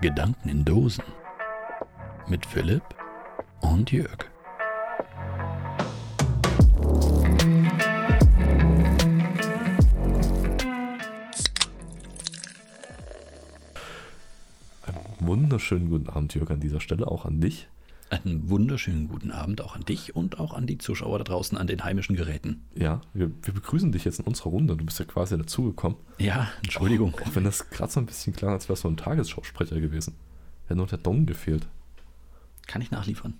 Gedanken in Dosen mit Philipp und Jörg. Wunderschönen guten Abend, Jörg, an dieser Stelle auch an dich. Einen wunderschönen guten Abend auch an dich und auch an die Zuschauer da draußen an den heimischen Geräten. Ja, wir, wir begrüßen dich jetzt in unserer Runde. Du bist ja quasi dazugekommen. Ja, Entschuldigung. Auch wenn das gerade so ein bisschen klang, als wärst du ein Tagesschausprecher gewesen. Hätte noch der Don gefehlt. Kann ich nachliefern?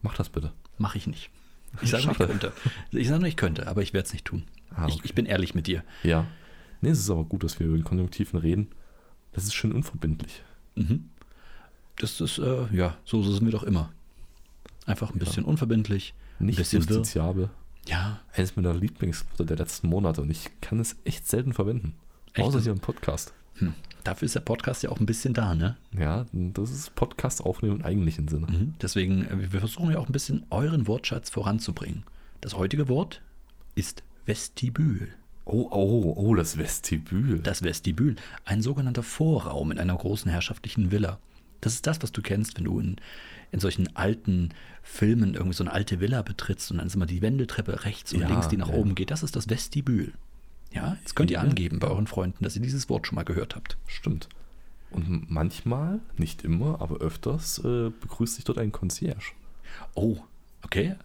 Mach das bitte. Mache ich nicht. Ich sage nur, ich Schade. könnte. Ich sage nur, ich könnte, aber ich werde es nicht tun. Ah, ich, okay. ich bin ehrlich mit dir. Ja. Nee, es ist aber gut, dass wir über den Konjunktiven reden. Das ist schön unverbindlich. Das ist, äh, ja, so sind wir doch immer. Einfach ein bisschen unverbindlich, ein Nicht bisschen wirr. justiziabel. Ja, Eines meiner Lieblingsworte der letzten Monate und ich kann es echt selten verwenden. Echt? Außer hier im Podcast. hm. dafür ist der Podcast ja auch ein bisschen da, ne? Ja, das ist Podcast aufnehmen im eigentlichen Sinne. Mhm. Deswegen, äh, wir versuchen ja auch ein bisschen euren Wortschatz voranzubringen. Das heutige Wort ist Vestibül. Oh, oh, oh, das Vestibül. Das Vestibül, ein sogenannter Vorraum in einer großen herrschaftlichen Villa. Das ist das, was du kennst, wenn du in, in solchen alten Filmen irgendwie so eine alte Villa betrittst und dann ist immer die Wendeltreppe rechts und Ja, links, die nach ja. oben geht. Das ist das Vestibül. Ja, jetzt könnt ihr Ja. angeben bei euren Freunden, dass ihr dieses Wort schon mal gehört habt. Stimmt. Und manchmal, nicht immer, aber öfters äh, begrüßt sich dort ein Concierge. Oh, okay.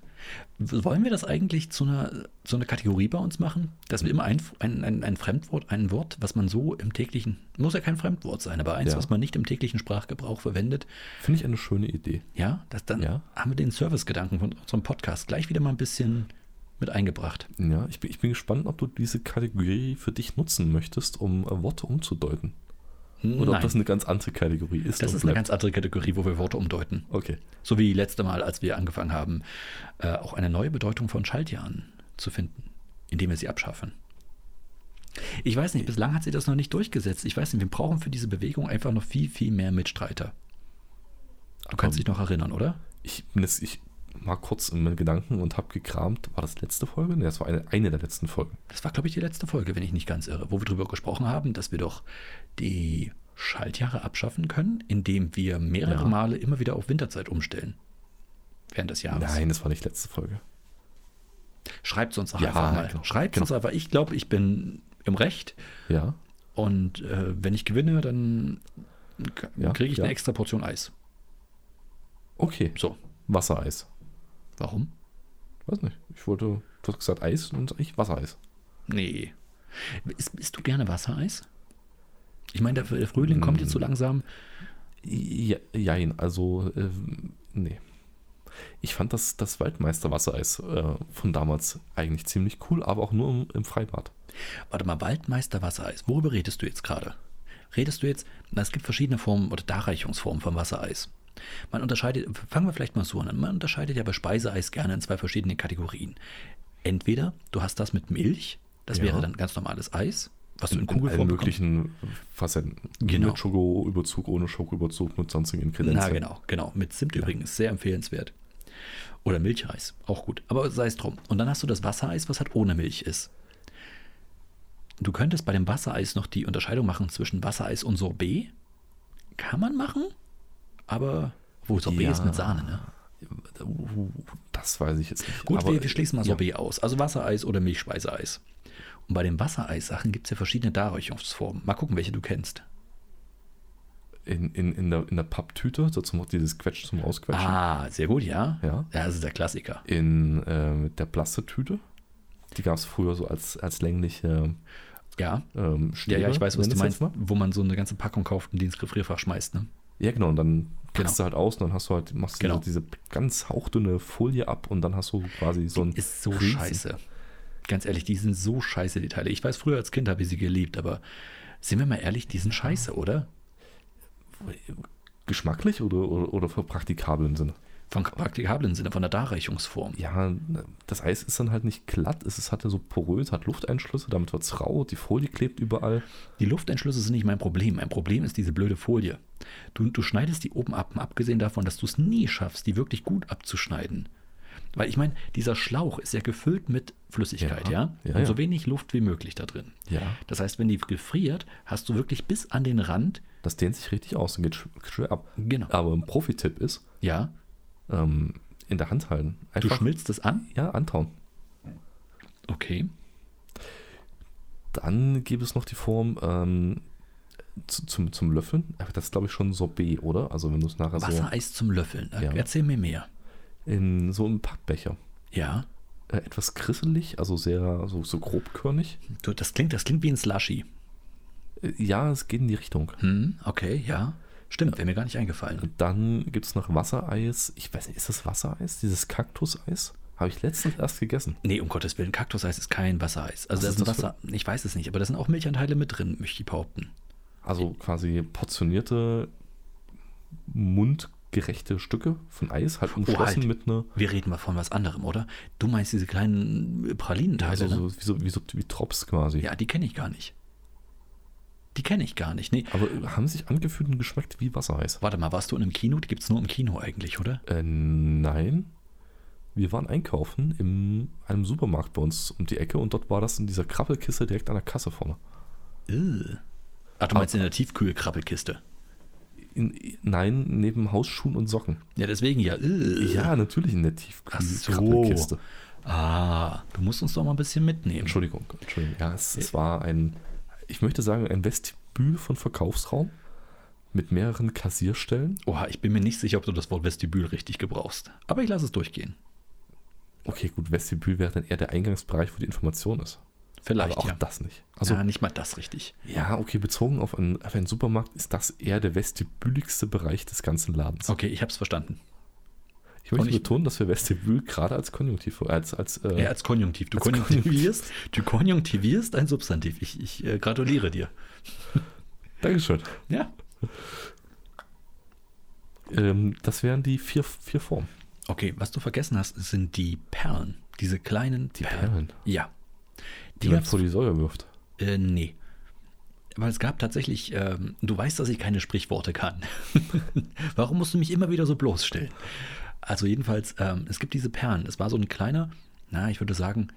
W- Wollen wir das eigentlich zu einer, zu einer Kategorie bei uns machen? Dass wir immer ein, ein, ein, ein Fremdwort, ein Wort, was man so im täglichen, muss ja kein Fremdwort sein, aber eins, Ja. was man nicht im täglichen Sprachgebrauch verwendet, Finde ich eine schöne Idee. Ja, das, dann Ja. haben wir den Servicegedanken von unserem Podcast gleich wieder mal ein bisschen mit eingebracht. Ja, ich bin, ich bin gespannt, ob du diese Kategorie für dich nutzen möchtest, um äh, Worte umzudeuten. Oder ob Nein, das eine ganz andere Kategorie ist. das und ist eine bleibt. ganz andere Kategorie, wo wir Worte umdeuten. Okay. So wie letzte Mal, als wir angefangen haben, äh, auch eine neue Bedeutung von Schaltjahren zu finden, indem wir sie abschaffen. Ich weiß nicht, bislang hat sie das noch nicht durchgesetzt. Ich weiß nicht, wir brauchen für diese Bewegung einfach noch viel, viel mehr Mitstreiter. Du kannst dich noch erinnern, oder? Ich, bin jetzt, ich war kurz in meinen Gedanken und habe gekramt. War das letzte Folge? Ne, das war eine, eine der letzten Folgen. Das war, glaube ich, die letzte Folge, wenn ich nicht ganz irre, wo wir darüber gesprochen haben, dass wir doch die Schaltjahre abschaffen können, indem wir mehrere Ja. Male immer wieder auf Winterzeit umstellen. Während des Jahres. Nein, das war nicht letzte Folge. Schreibt es uns doch Ja, einfach mal. genau. Schreibt es Genau. uns einfach. Ich glaube, ich bin im Recht. Ja. Und äh, wenn ich gewinne, dann k- Ja, kriege ich ja. eine extra Portion Eis. Okay. So, Wassereis. warum? Weiß nicht. Ich wollte, du hast gesagt Eis und sag ich Wassereis. Nee. Isst, isst du gerne Wassereis? Ich meine, der der Frühling kommt Mm. jetzt so langsam. Ja, jein, also, ähm, nee. Ich fand das, das Waldmeister-Wassereis äh, von damals eigentlich ziemlich cool, aber auch nur im, im Freibad. Warte mal, Waldmeister Wassereis. Worüber redest du jetzt gerade? Redest du jetzt, na, es gibt verschiedene Formen oder Darreichungsformen von Wassereis. Man unterscheidet, fangen wir vielleicht mal so an. Man unterscheidet ja bei Speiseeis gerne in zwei verschiedene Kategorien. Entweder du hast das mit Milch, das Ja. wäre dann ganz normales Eis, was du in, In allen Kugelform bekommst. möglichen Facetten. Genau. Mit Schokoüberzug, ohne Schokoüberzug, mit sonstigen Ingredienzen. Na genau, genau. Mit Zimt übrigens, sehr empfehlenswert. Oder Milchreis, auch gut. Aber sei es drum. Und dann hast du das Wassereis, was halt ohne Milch ist. Du könntest bei dem Wassereis noch die Unterscheidung machen zwischen Wassereis und Sorbet. Kann man machen, aber wo Sorbet Ja. ist mit Sahne, ne? Uh, Das weiß ich jetzt nicht. Gut, aber- wir, wir schließen mal ja. Sorbet aus. Also Wassereis oder Milchspeiseeis. Und bei den Wassereissachen gibt es ja verschiedene Darreichungsformen. Mal gucken, welche du kennst. In, in, in, der, in der Papptüte, dazu noch dieses Quetsch zum Ausquetschen. Ah, sehr gut, ja. Ja. Das ist der Klassiker. In äh, der Plastetüte. Die gab es früher so als, als längliche Ja. ähm, Ja, Stäbe, ja, ich weiß, was nenn du ich's jetzt meinst, mal. wo man so eine ganze Packung kauft und die ins Gefrierfach schmeißt, ne? Ja, genau, und dann packst du halt aus und dann hast du halt, machst du Genau. diese, diese ganz hauchdünne Folie ab und dann hast du quasi so ein. Ist so riesen- scheiße. Ganz ehrlich, die sind so scheiße, die Teile. Ich weiß, früher als Kind habe ich sie geliebt, aber sind wir mal ehrlich, die sind scheiße, oder? Geschmacklich oder, oder, oder für praktikablen Sinne? Von praktikablen Sinne, von der Darreichungsform. Ja, das Eis ist dann halt nicht glatt, es ist, hat ja so porös, hat Lufteinschlüsse, damit wird es rau, die Folie klebt überall. Die Lufteinschlüsse sind nicht mein Problem. Mein Problem ist diese blöde Folie. Du, du schneidest die oben ab, mal abgesehen davon, dass du es nie schaffst, die wirklich gut abzuschneiden. Weil ich meine, dieser Schlauch ist ja gefüllt mit Flüssigkeit, ja? Ja, ja, Und so ja. wenig Luft wie möglich da drin. Ja. Das heißt, wenn die gefriert, hast du wirklich bis an den Rand Das dehnt sich richtig aus und geht sch- schön ab. Genau. Aber ein Profi-Tipp ist, Ja, ähm, in der Hand halten. du Einfach, schmilzt es an. ja, antauen. Okay. Dann gäbe es noch die Form ähm, zu, zum, zum Löffeln. Aber das ist, glaube ich, schon Sorbet, oder? Also, wenn du es nachher so Wassereis zum Löffeln. Äh, Ja. Erzähl mir mehr. in so einem Pappbecher. Ja, Äh, etwas grisselig, also sehr so, so grobkörnig. du, das klingt, das klingt wie ein Slushy. Äh, ja, es geht in die Richtung. Hm, okay, ja. Stimmt, wäre mir gar nicht eingefallen. Dann gibt es noch Wassereis. Ich weiß nicht, ist das Wassereis? Dieses Kaktuseis? Habe ich letztens erst gegessen. Nee, um Gottes Willen, Kaktuseis ist kein Wassereis. Also, das Was ist ist das Wasser. Ich weiß es nicht, aber da sind auch Milchanteile mit drin, möchte ich behaupten. Also quasi portionierte, mundgerechte Stücke von Eis, halt umschlossen halt. mit einer. Wir reden mal von was anderem, oder? Du meinst diese kleinen Pralinenteile, Also ne? so, wie, so, wie, so, wie Drops quasi. Ja, die kenne ich gar nicht. Die kenne ich gar nicht. Nee, Aber haben sich angefühlt und geschmeckt wie Wassereis. warte mal, warst du in einem Kino? Die gibt es nur im Kino eigentlich, oder? Äh, nein. Wir waren einkaufen in einem Supermarkt bei uns um die Ecke und dort war das in dieser Krabbelkiste direkt an der Kasse vorne. Äh. Ach, du meinst in der Tiefkühlkrabbelkiste. In, nein, neben Hausschuhen und Socken. Ja, deswegen ja. Äh. Ja, natürlich in der Ach so. Tiefkühlkiste. Ah, du musst uns doch mal ein bisschen mitnehmen. Entschuldigung, Entschuldigung. Ja, es, es war ein, ich möchte sagen, ein Vestibül von Verkaufsraum mit mehreren Kassierstellen. Oha, ich bin mir nicht sicher, ob du das Wort Vestibül richtig gebrauchst. Aber ich lasse es durchgehen. Okay, gut, Vestibül wäre dann eher der Eingangsbereich, wo die Information ist. Vielleicht Aber auch ja. das nicht. Also, ah, nicht mal das richtig. ja, okay, bezogen auf einen, auf einen Supermarkt ist das eher der vestibüligste Bereich des ganzen Ladens. Okay, ich hab's verstanden. Ich möchte Und ich- betonen, dass wir Vestibül gerade als Konjunktiv, als, als, äh, Ja, als Konjunktiv. Du, Als konjunktivierst, du konjunktivierst ein Substantiv. Ich, ich äh, gratuliere dir. Dankeschön. Ja. Ähm, das wären die vier, vier Formen. Okay, was du vergessen hast, sind die Perlen. Diese kleinen die Perlen. Ja. Die Die man gab's, vor die Säure wirft. äh, nee. Aber es gab tatsächlich, ähm, du weißt, dass ich keine Sprichworte kann. Warum musst du mich immer wieder so bloßstellen? Also jedenfalls, ähm, es gibt diese Perlen. Es war so ein kleiner, na, ich würde sagen,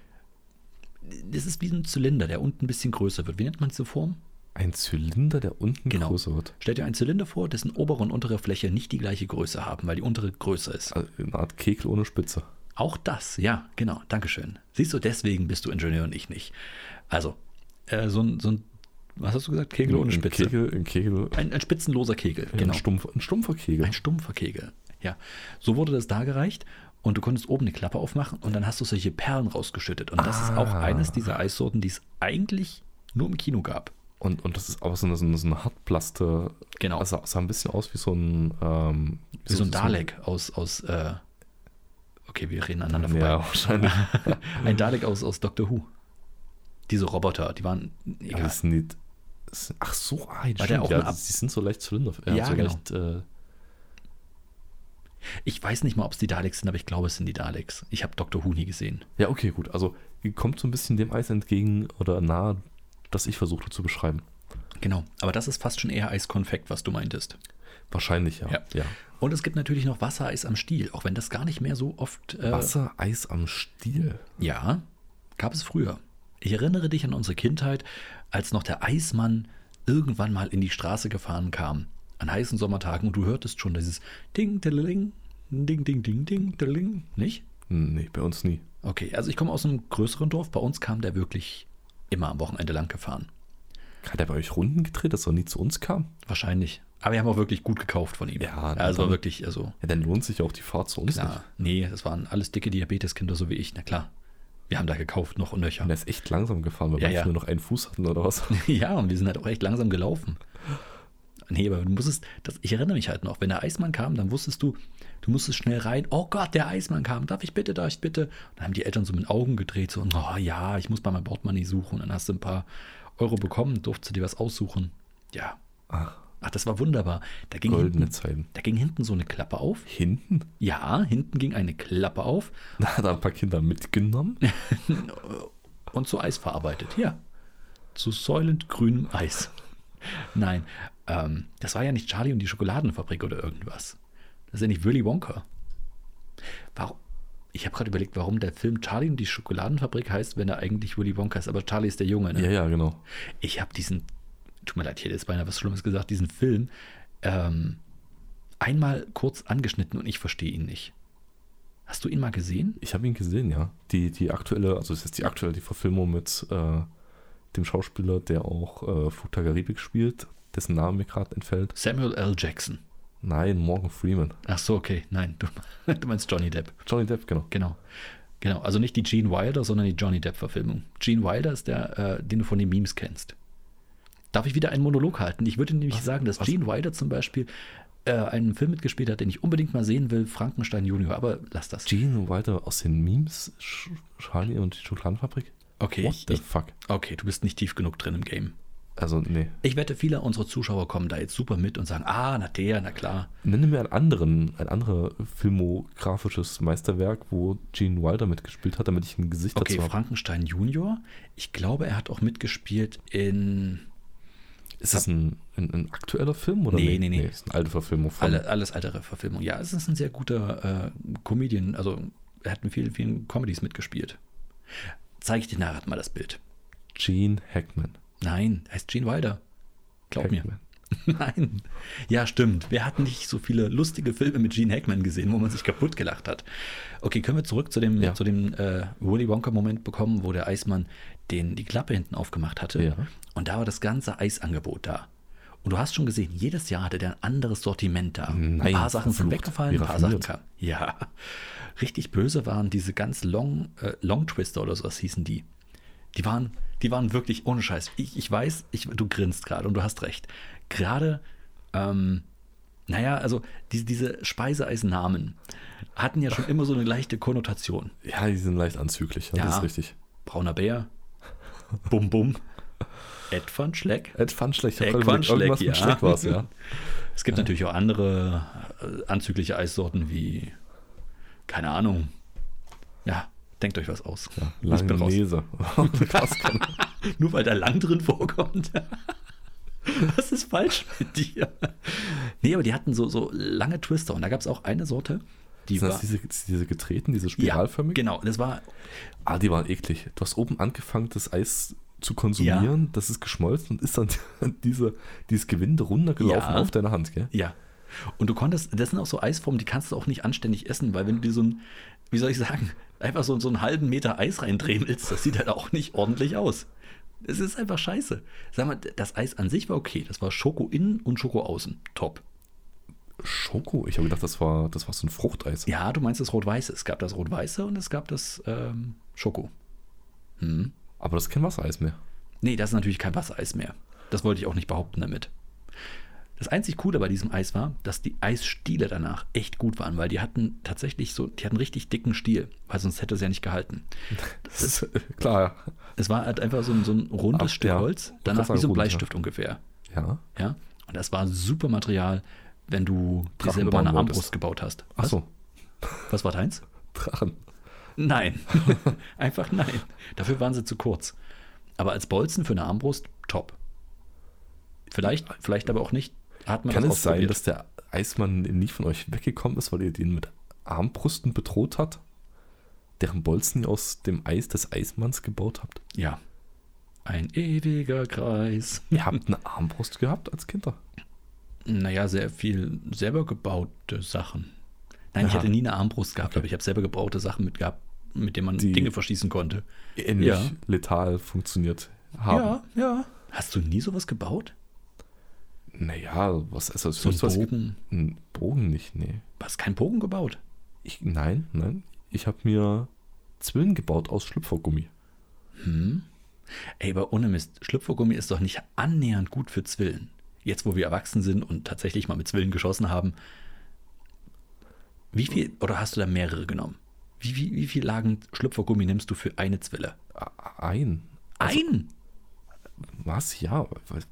das ist wie ein Zylinder, der unten ein bisschen größer wird. Wie nennt man diese Form? Ein Zylinder, der unten Genau. größer wird. Stell dir einen Zylinder vor, dessen obere und untere Fläche nicht die gleiche Größe haben, weil die untere größer ist. Also eine Art Kegel ohne Spitze. Auch das, ja, genau, Dankeschön. Siehst du, deswegen bist du Ingenieur und ich nicht. Also, äh, so, ein, so ein, was hast du gesagt? Kegel ohne Ein Spitze. Kegel, ein Kegel, Ein, ein spitzenloser Kegel, genau. genau. ein, stumpf, ein stumpfer Kegel. Ein stumpfer Kegel, ja. So wurde das dargereicht und du konntest oben eine Klappe aufmachen und dann hast du solche Perlen rausgeschüttet. Und das ist auch Ah. eines dieser Eissorten, die es eigentlich nur im Kino gab. Und, und das ist auch so eine, so eine, so eine Hartplaste. Genau. Also sah ein bisschen aus wie so ein. Ähm, Wie so ein Dalek aus, aus äh, okay, wir reden aneinander vorbei. Ja, wahrscheinlich. Ein Dalek aus, aus Doctor Who. Diese Roboter, die waren Aber egal. das sind die, das sind, ach so, ah, der stimmt, auch ja, ein Ab- die sind so leicht Zylinder. Ja, so genau. leicht, äh, Ich weiß nicht mal, ob es die Daleks sind, aber ich glaube, es sind die Daleks. Ich habe Dr. Who nie gesehen. ja, okay, gut. Also kommt so ein bisschen dem Eis entgegen oder nahe, das ich versuchte zu beschreiben. Genau. Aber das ist fast schon eher Eiskonfekt, was du meintest. Wahrscheinlich, ja. Ja. Und es gibt natürlich noch Wassereis am Stiel, auch wenn das gar nicht mehr so oft. Äh, Wasser, Eis am Stiel. Ja, gab es früher. Ich erinnere dich an unsere Kindheit, als noch der Eismann irgendwann mal in die Straße gefahren kam. An heißen Sommertagen und du hörtest schon dieses Ding, Diddling, Ding, Ding, Ding, Ding, Diddling. Nicht? Nee, bei uns nie. Okay, also ich komme aus einem größeren Dorf. Bei uns kam der wirklich immer am Wochenende lang gefahren. Hat er bei euch Runden gedreht, dass er nie zu uns kam? Wahrscheinlich. Aber wir haben auch wirklich gut gekauft von ihm. Ja, na also dann. wirklich, also Ja, dann lohnt sich auch die Fahrt zu uns nicht. klar. Nee, das waren alles dicke Diabeteskinder, so wie ich. Na klar. Wir haben da gekauft, noch und nöcher. Und er ist echt langsam gefahren, weil Ja, wir ja. nur noch einen Fuß hatten oder was. Ja, und wir sind halt auch echt langsam gelaufen. Nee, aber du musstest, das, ich erinnere mich halt noch, wenn der Eismann kam, dann wusstest du, du musstest schnell rein, oh Gott, der Eismann kam, darf ich bitte, darf ich bitte? Und dann haben die Eltern so mit Augen gedreht, so, oh ja, ich muss bei meinem Portemonnaie suchen. Und dann hast du ein paar Euro bekommen, durfte dir was aussuchen. Ja, Ach, ach, das war wunderbar. Da ging, goldene hinten, Zeiten. da ging hinten so eine Klappe auf. Hinten? Ja, hinten ging eine Klappe auf Da hat er ein paar Kinder mitgenommen. und zu Eis verarbeitet. Ja. Zu säulend grünem Eis. Nein, ähm, das war ja nicht Charlie und die Schokoladenfabrik oder irgendwas. Das ist ja nicht Willy Wonka. Warum? Ich habe gerade überlegt, warum der Film Charlie und die Schokoladenfabrik heißt, wenn er eigentlich Willy Wonka ist. Aber Charlie ist der Junge. Ne? ja, ja, genau. Ich habe diesen tut mir leid, ich hätte jetzt beinahe was Schlimmes gesagt, diesen Film ähm, einmal kurz angeschnitten und ich verstehe ihn nicht. Hast du ihn mal gesehen? Ich habe ihn gesehen, ja. Die, die aktuelle, also es ist jetzt die aktuelle die Verfilmung mit äh, dem Schauspieler, der auch äh, Flug der Karibik spielt, dessen Name mir gerade entfällt. Samuel L. Jackson. Nein, Morgan Freeman. Ach so, okay, nein, du, du meinst Johnny Depp. Johnny Depp, genau. Genau. Genau, also nicht die Gene Wilder, sondern die Johnny Depp-Verfilmung. Gene Wilder ist der, äh, den du von den Memes kennst. Darf ich wieder einen Monolog halten? Ich würde nämlich Was- sagen, dass was- Gene Wilder zum Beispiel äh, einen Film mitgespielt hat, den ich unbedingt mal sehen will, Frankenstein Junior, aber lass das. Gene Wilder aus den Memes, Sch Charlie und die Schokoladenfabrik. Okay, What ich, the ich, fuck? okay, du bist nicht tief genug drin im Game. Also, nee. Ich wette, viele unserer Zuschauer kommen da jetzt super mit und sagen, ah, na der, na klar. Nenne mir einen anderen, ein anderes filmografisches Meisterwerk, wo Gene Wilder mitgespielt hat, damit ich ein Gesicht Okay, dazu habe. Frankenstein Junior. Ich glaube, er hat auch mitgespielt in Ist das ein, ein, ein aktueller Film oder Nee, nee, nee. Ist eine alte Verfilmung von. alle, alles altere Verfilmung. Ja, es ist ein sehr guter äh, Comedian. Also er hat in vielen, vielen Comedies mitgespielt. Zeige ich dir nachher mal das Bild. Gene Hackman. Nein, heißt Gene Wilder. Glaub mir. Hackman. Nein. Ja, stimmt. Wir hatten nicht so viele lustige Filme mit Gene Hackman gesehen, wo man sich kaputt gelacht hat. Okay, können wir zurück zu dem, Ja. zu dem äh, Willy Wonka-Moment bekommen, wo der Eismann den, die Klappe hinten aufgemacht hatte. Ja. Und da war das ganze Eisangebot da. Und du hast schon gesehen, jedes Jahr hatte der ein anderes Sortiment da. ein Nein, paar Sachen sind verflucht. weggefallen, Wie ein paar Sachen raffiniert. kamen. Ja. Richtig böse waren diese ganz Long, äh, Long Twister oder sowas hießen die. Die waren, die waren wirklich ohne Scheiß. Ich, ich weiß, ich, du grinst gerade und du hast recht. Gerade, ähm, naja, also diese, diese Speiseeisnamen hatten ja schon immer so eine leichte Konnotation. Ja, die sind leicht anzüglich. Ja, Das Ja. ist richtig. Brauner Bär, Bum Bum, Ed van Schleck. Ed Funschleck. ich hab Ed gerade überlegt, Funschleck, Irgendwas Äh, ja. mit Schleck war es, ja. Es gibt natürlich auch andere äh, anzügliche Eissorten wie, keine Ahnung. Ja, denkt euch was aus. ich bin raus. Langnese. Krass, kann- Nur weil da Lang drin vorkommt. Was ist falsch mit dir? Nee, aber die hatten so, so lange Twister und da gab es auch eine Sorte, die sind war. das diese, diese getreten, diese ja, spiralförmig? genau, das war Ah, die waren eklig. Du hast oben angefangen, das Eis zu konsumieren, das ist geschmolzen und ist dann diese, dieses Gewinde runtergelaufen Ja. auf deine Hand, gell? Ja. Und du konntest, das sind auch so Eisformen, die kannst du auch nicht anständig essen, weil wenn du dir so ein, wie soll ich sagen, einfach so, so einen halben Meter Eis reindremelst, das sieht halt auch nicht ordentlich aus. Es ist einfach scheiße. Sag mal, das Eis an sich war okay. Das war Schoko innen und Schoko außen. Top. Schoko? Ich habe gedacht, das war, das war so ein Fruchteis. Ja, du meinst das Rot-Weiße. Es gab das Rot-Weiße und es gab das ähm, Schoko. Hm. Aber das ist kein Wassereis mehr. Nee, das ist natürlich kein Wassereis mehr. Das wollte ich auch nicht behaupten damit. Das einzig Coole bei diesem Eis war, dass die Eisstiele danach echt gut waren, weil die hatten tatsächlich so, die hatten richtig dicken Stiel, weil sonst hätte es ja nicht gehalten. Das ist, klar, Es war halt einfach so ein, so ein rundes Ach, Stück ja. Holz, Ich danach wollte wie so ein sagen, rund, ja. Bleistift ungefähr. ja. Ja? Und das war super Material, wenn du die Drachen silberne bauen wolltest. Armbrust gebaut hast. Ach so, Was war deins? Drachen. Nein. einfach nein. Dafür waren sie zu kurz. Aber als Bolzen für eine Armbrust, top. Vielleicht, vielleicht aber auch nicht. Hat man Kann das es sein, ausprobiert. dass der Eismann nie von euch weggekommen ist, weil ihr den mit Armbrüsten bedroht habt? Deren Bolzen ihr aus dem Eis des Eismanns gebaut habt? Ja. Ein ewiger Kreis. Ihr habt eine Armbrust gehabt als Kinder? Naja, sehr viel selber gebaute Sachen. Nein, ich Aha. hatte nie eine Armbrust gehabt, aber ich habe selber gebaute Sachen mit gehabt, mit denen man Die- Dinge verschießen konnte. Ähnlich Ja. letal funktioniert haben. Ja, ja. Hast du nie sowas gebaut? Naja, was ist das? So einen was, Bogen? Ein Bogen nicht, nee. Du hast keinen Bogen gebaut. Ich, nein, nein. Ich habe mir Zwillen gebaut aus Schlüpfergummi. Ey, aber ohne Mist, Schlüpfergummi ist doch nicht annähernd gut für Zwillen. Jetzt, wo wir erwachsen sind und tatsächlich mal mit Zwillen geschossen haben. Wie viel, oder hast du da mehrere genommen? Wie, wie, wie viel Lagen Schlüpfergummi nimmst du für eine Zwille? A- Ein. Ein! Was? Ja. weil-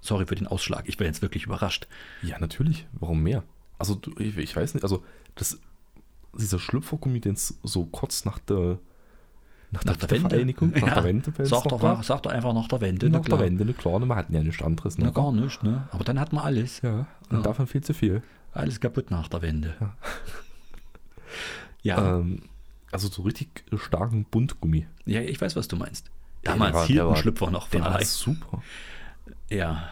Sorry für den Ausschlag, ich bin jetzt wirklich überrascht. Ja, natürlich. Warum mehr? Also, du, ich, ich weiß nicht. Also, das, dieser Schlüpfergummi, den es so kurz nach der, nach der Wiedervereinigung, nach ja. der Wende, wenn's sag, noch doch, gab. wa- sag doch einfach nach der Wende. na nach der klar. Wende, eine kleine, wir hatten ja nichts anderes. Na gar nicht, ne? Aber dann hat man alles. Ja, und davon viel zu viel. Alles kaputt nach der Wende. Ja. Ähm, also, so richtig starken Buntgummi. Ja, ich weiß, was du meinst. Damals war- der hielten war- Schlüpfer noch von Der war allein. super. Ja.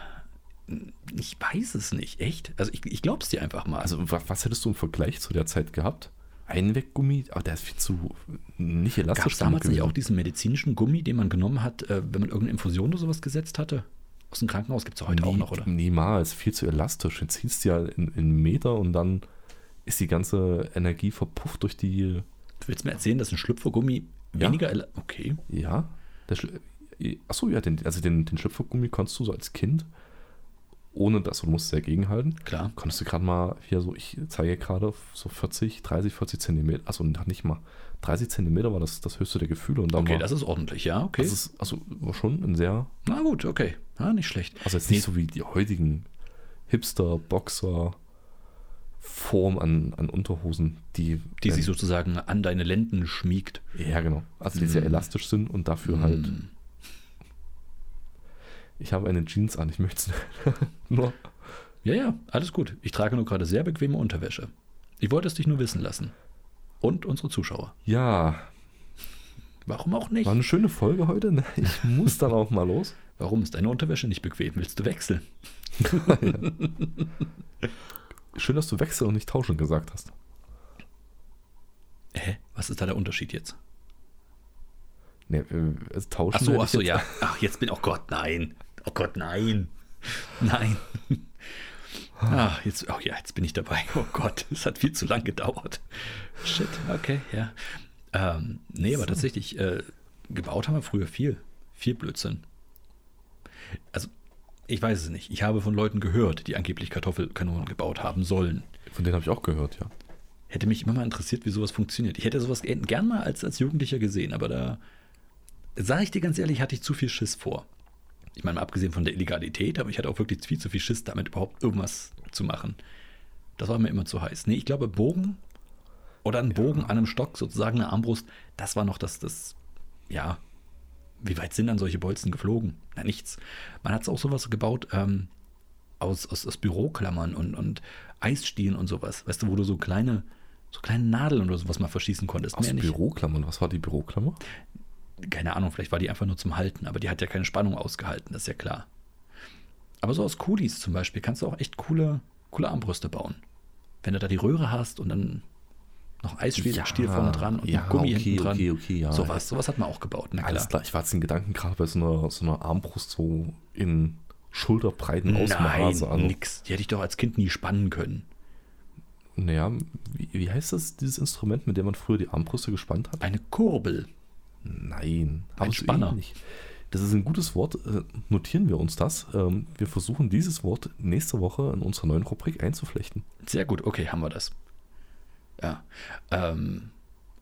Ich weiß es nicht, echt. Also ich, ich glaub's dir einfach mal. Also, wa- was hättest du im Vergleich zu der Zeit gehabt? Einweggummi, aber der ist viel zu nicht Gab elastisch. es damals nicht genug auch diesen medizinischen Gummi, den man genommen hat, äh, wenn man irgendeine Infusion oder sowas gesetzt hatte? Aus dem Krankenhaus gibt es heute Nie, auch noch, oder? Niemals, viel zu elastisch. Jetzt ziehst du ja in, in einen Meter und dann ist die ganze Energie verpufft durch die. Willst du mir erzählen, dass ein Schlüpfergummi Ja. weniger. ele- Okay. Ja, der Schl Achso, ja, den, also den, den Schlüpfergummi konntest du so als Kind, ohne dass du musst dagegen halten, Klar. konntest du gerade mal hier so, ich zeige gerade so 40, 30, 40 Zentimeter, also nicht mal, 30 Zentimeter war das, das höchste der Gefühle und dann Okay, war, das ist ordentlich, ja, okay. das ist, also war schon ein sehr, Na gut, okay. Ah, nicht schlecht. also jetzt nicht so wie die heutigen Hipster-Boxer-Form an, an Unterhosen, die, Die wenn- sich sozusagen an deine Lenden schmiegt. Hm. Ja, genau. Also die Mhm. sehr elastisch sind und dafür halt. Ich habe eine Jeans an, ich möchte es nur. Ja, ja, alles gut. Ich trage nur gerade sehr bequeme Unterwäsche. Ich wollte es dich nur wissen lassen. Und unsere Zuschauer. Ja, Warum auch nicht? war eine schöne Folge heute. ne? Ich muss dann auch mal los. Warum ist deine Unterwäsche nicht bequem? Willst du wechseln? Schön, dass du wechseln und nicht tauschen gesagt hast. Hä? Was ist da der Unterschied jetzt? Nee, äh, also tauschen. Ach so, hätte ach ich so, jetzt- ja. Ach, jetzt bin, oh Gott, nein. Oh Gott, nein. Nein. Ah. Ach, jetzt, oh ja, jetzt bin ich dabei. Oh Gott, es hat viel zu lang gedauert. Shit, okay, ja. Ähm, nee, aber tatsächlich, äh, gebaut haben wir früher viel. Viel Blödsinn. Also, ich weiß es nicht. Ich habe von Leuten gehört, die angeblich Kartoffelkanonen gebaut haben sollen. Von denen habe ich auch gehört, ja. Hätte mich immer mal interessiert, wie sowas funktioniert. Ich hätte sowas gern mal als, als Jugendlicher gesehen, aber da, sage ich dir ganz ehrlich, hatte ich zu viel Schiss vor. Ich meine, mal abgesehen von der Illegalität, aber ich hatte auch wirklich viel zu viel Schiss, damit überhaupt irgendwas zu machen. Das war mir immer zu heiß. Nee, ich glaube, Bogen oder ein Bogen an einem Stock, sozusagen eine Armbrust, das war noch das, das, ja. Wie weit sind dann solche Bolzen geflogen? Na, nichts. Man hat es auch sowas gebaut, ähm, aus, aus, aus Büroklammern und, und Eisstielen und sowas. Weißt du, wo du so kleine, so kleine Nadeln oder sowas mal verschießen konntest. Aus Mehr nicht. Büroklammern. Was war die Büroklammer? Keine Ahnung, vielleicht war die einfach nur zum Halten, aber die hat ja keine Spannung ausgehalten, das ist ja klar. Aber so aus Kulis zum Beispiel kannst du auch echt coole, coole Armbrüste bauen. Wenn du da die Röhre hast und dann noch Eisstiel Ja, Stiel vorne dran und ja, ein Gummi okay, hinten dran. okay, okay, ja. sowas, sowas hat man auch gebaut, na Alles klar. klar, ich war jetzt in Gedanken gerade bei so einer, so einer Armbrust so in schulterbreiten Nein, Ausmaße an. nix. Die hätte ich doch als Kind nie spannen können. Naja, wie, wie heißt das, dieses Instrument, mit dem man früher die Armbrüste gespannt hat? Eine Kurbel. Nein, aber so Spanner. ähnlich. Das ist ein gutes Wort, äh, notieren wir uns das. Ähm, Wir versuchen dieses Wort nächste Woche in unserer neuen Rubrik einzuflechten. Sehr gut, okay, haben wir das. Ja. Ähm,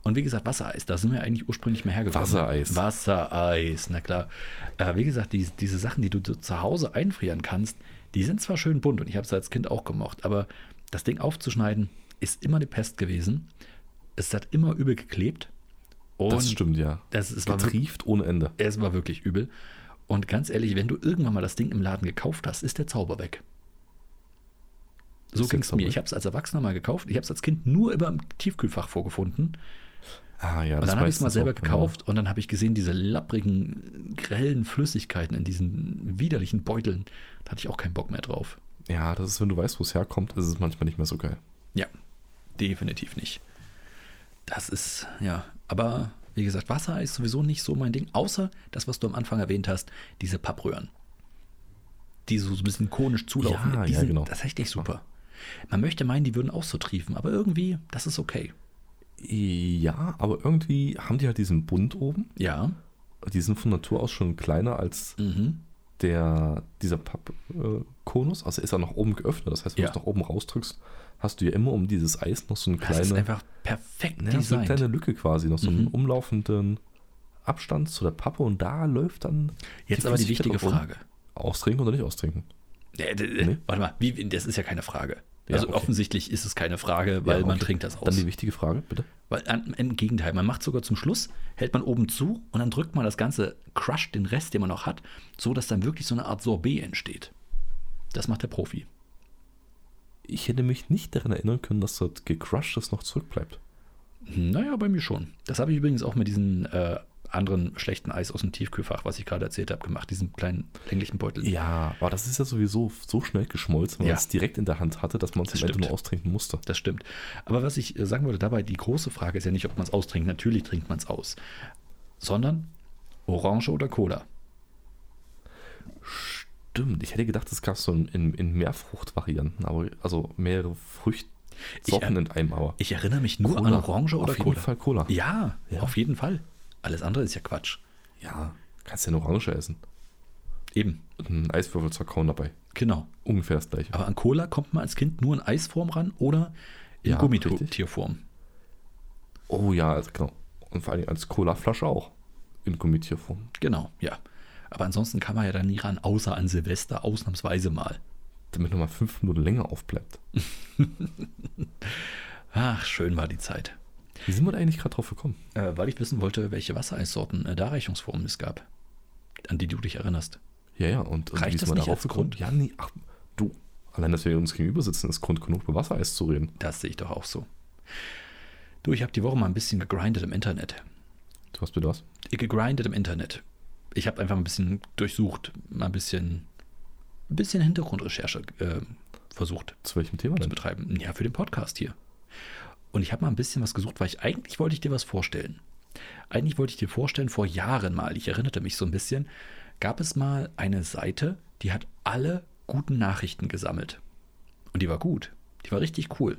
und wie gesagt, Wassereis, da sind wir eigentlich ursprünglich mehr hergekommen. Wassereis. Wassereis, na klar. Äh, wie gesagt, die, diese Sachen, die du so zu Hause einfrieren kannst, die sind zwar schön bunt und ich habe es als Kind auch gemocht, aber das Ding aufzuschneiden ist immer eine Pest gewesen. Es hat immer übel geklebt. Und das stimmt, ja. Das, es, war, Es trieft ohne Ende. es war wirklich übel. Und ganz ehrlich, wenn du irgendwann mal das Ding im Laden gekauft hast, ist der Zauber weg. So Ist der ging es mir. Zauber Ich habe es als Erwachsener mal gekauft. Ich habe es als Kind nur über im Tiefkühlfach vorgefunden. Ah ja, Und dann war habe ich es mal jetzt selber auch, genau. gekauft und dann habe ich gesehen, diese lapprigen, grellen Flüssigkeiten in diesen widerlichen Beuteln. Da hatte ich auch keinen Bock mehr drauf. Ja, Ja, das ist, wenn du weißt, wo es herkommt, ist es manchmal nicht mehr so geil. Ja, definitiv nicht. Das ist, ja, aber wie gesagt, Wasser ist sowieso nicht so mein Ding, außer das, was du am Anfang erwähnt hast, diese Pappröhren. Die so ein bisschen konisch zulaufen. Ja, die ja, genau. Das ist echt nicht super. Man möchte meinen, die würden auch so triefen, aber irgendwie, das ist okay. Ja, aber irgendwie haben die halt diesen Bund oben. Ja. Die sind von Natur aus schon kleiner als Mhm. der, dieser Pappkonus. Also ist er nach oben geöffnet. Das heißt, wenn Ja. du es nach oben rausdrückst, hast du ja immer um dieses Eis noch so eine Das ist kleine einfach Mhm. perfekt Ja, so eine designt. kleine Lücke quasi, noch so einen umlaufenden Abstand zu der Pappe und da läuft dann. Jetzt aber die Flüssigkeit wichtige drauf rum. Frage. Austrinken oder nicht austrinken? Nee, d- d- Nee? Warte mal, wie, das ist ja keine Frage. Ja, also okay. offensichtlich ist es keine Frage, weil Ja, man okay. trinkt das aus. Dann die wichtige Frage, bitte. Weil, an- Im Gegenteil, man macht sogar zum Schluss, hält man oben zu und dann drückt man das Ganze, crusht den Rest, den man noch hat, so dass dann wirklich so eine Art Sorbet entsteht. Das macht der Profi. Ich hätte mich nicht daran erinnern können, dass das Gecrushtes noch zurückbleibt. Naja, bei mir schon. Das habe ich übrigens auch mit diesen äh, anderen schlechten Eis aus dem Tiefkühlfach, was ich gerade erzählt habe, gemacht. Diesen kleinen länglichen Beutel. Ja, aber das ist ja sowieso so schnell geschmolzen, weil Ja. man es direkt in der Hand hatte, dass man es Das am Ende stimmt. nur austrinken musste. Das stimmt. Aber was ich äh, sagen wollte dabei, die große Frage ist ja nicht, ob man es austrinkt. Natürlich trinkt man es aus. Sondern Orange oder Cola. Stimmt, ich hätte gedacht, das gab es so in, in, in mehr Fruchtvarianten, aber also mehrere Früchtsorten Ich, äh, in einem, aber Ich erinnere mich nur an Orange oder auf jeden Cola. Fall Cola. Ja, Ja. auf jeden Fall. Alles andere ist ja Quatsch. Ja, kannst ja eine Orange essen. Eben, Und einen Eiswürfel zerkauen dabei. genau. Ungefähr das gleiche. Aber an Cola kommt man als Kind nur in Eisform ran oder in Ja, richtig. Gummitierform. Oh ja, also genau. Und vor allem als Cola-Flasche auch. In Gummitierform. Genau, ja. Aber ansonsten kann man ja da nie ran, außer an Silvester ausnahmsweise mal. Damit nochmal fünf Minuten länger aufbleibt. Ach, schön war die Zeit. Wie sind wir da eigentlich gerade drauf gekommen? Äh, weil ich wissen wollte, welche Wassereissorten äh, Darreichungsformen es gab, an die du dich erinnerst. Ja, ja, und, und Reicht wie das sind wir nicht darauf als gekommen? Grund? Ja, nee, ach, du. Allein, dass wir uns gegenüber sitzen, ist Grund genug, über Wassereis zu reden. Das sehe ich doch auch so. Du, ich habe die Woche mal ein bisschen gegrindet im Internet. Du hast bitte was? Gegrindet im Internet. Ich habe einfach ein bisschen durchsucht, mal ein bisschen, ein bisschen Hintergrundrecherche äh, versucht. Zu welchem Thema zu denn? betreiben. Ja, für den Podcast hier. Und ich habe mal ein bisschen was gesucht, weil ich eigentlich wollte ich dir was vorstellen. Eigentlich wollte ich dir vorstellen, vor Jahren mal, ich erinnerte mich so ein bisschen, gab es mal eine Seite, die hat alle guten Nachrichten gesammelt. Und die war gut. Die war richtig cool.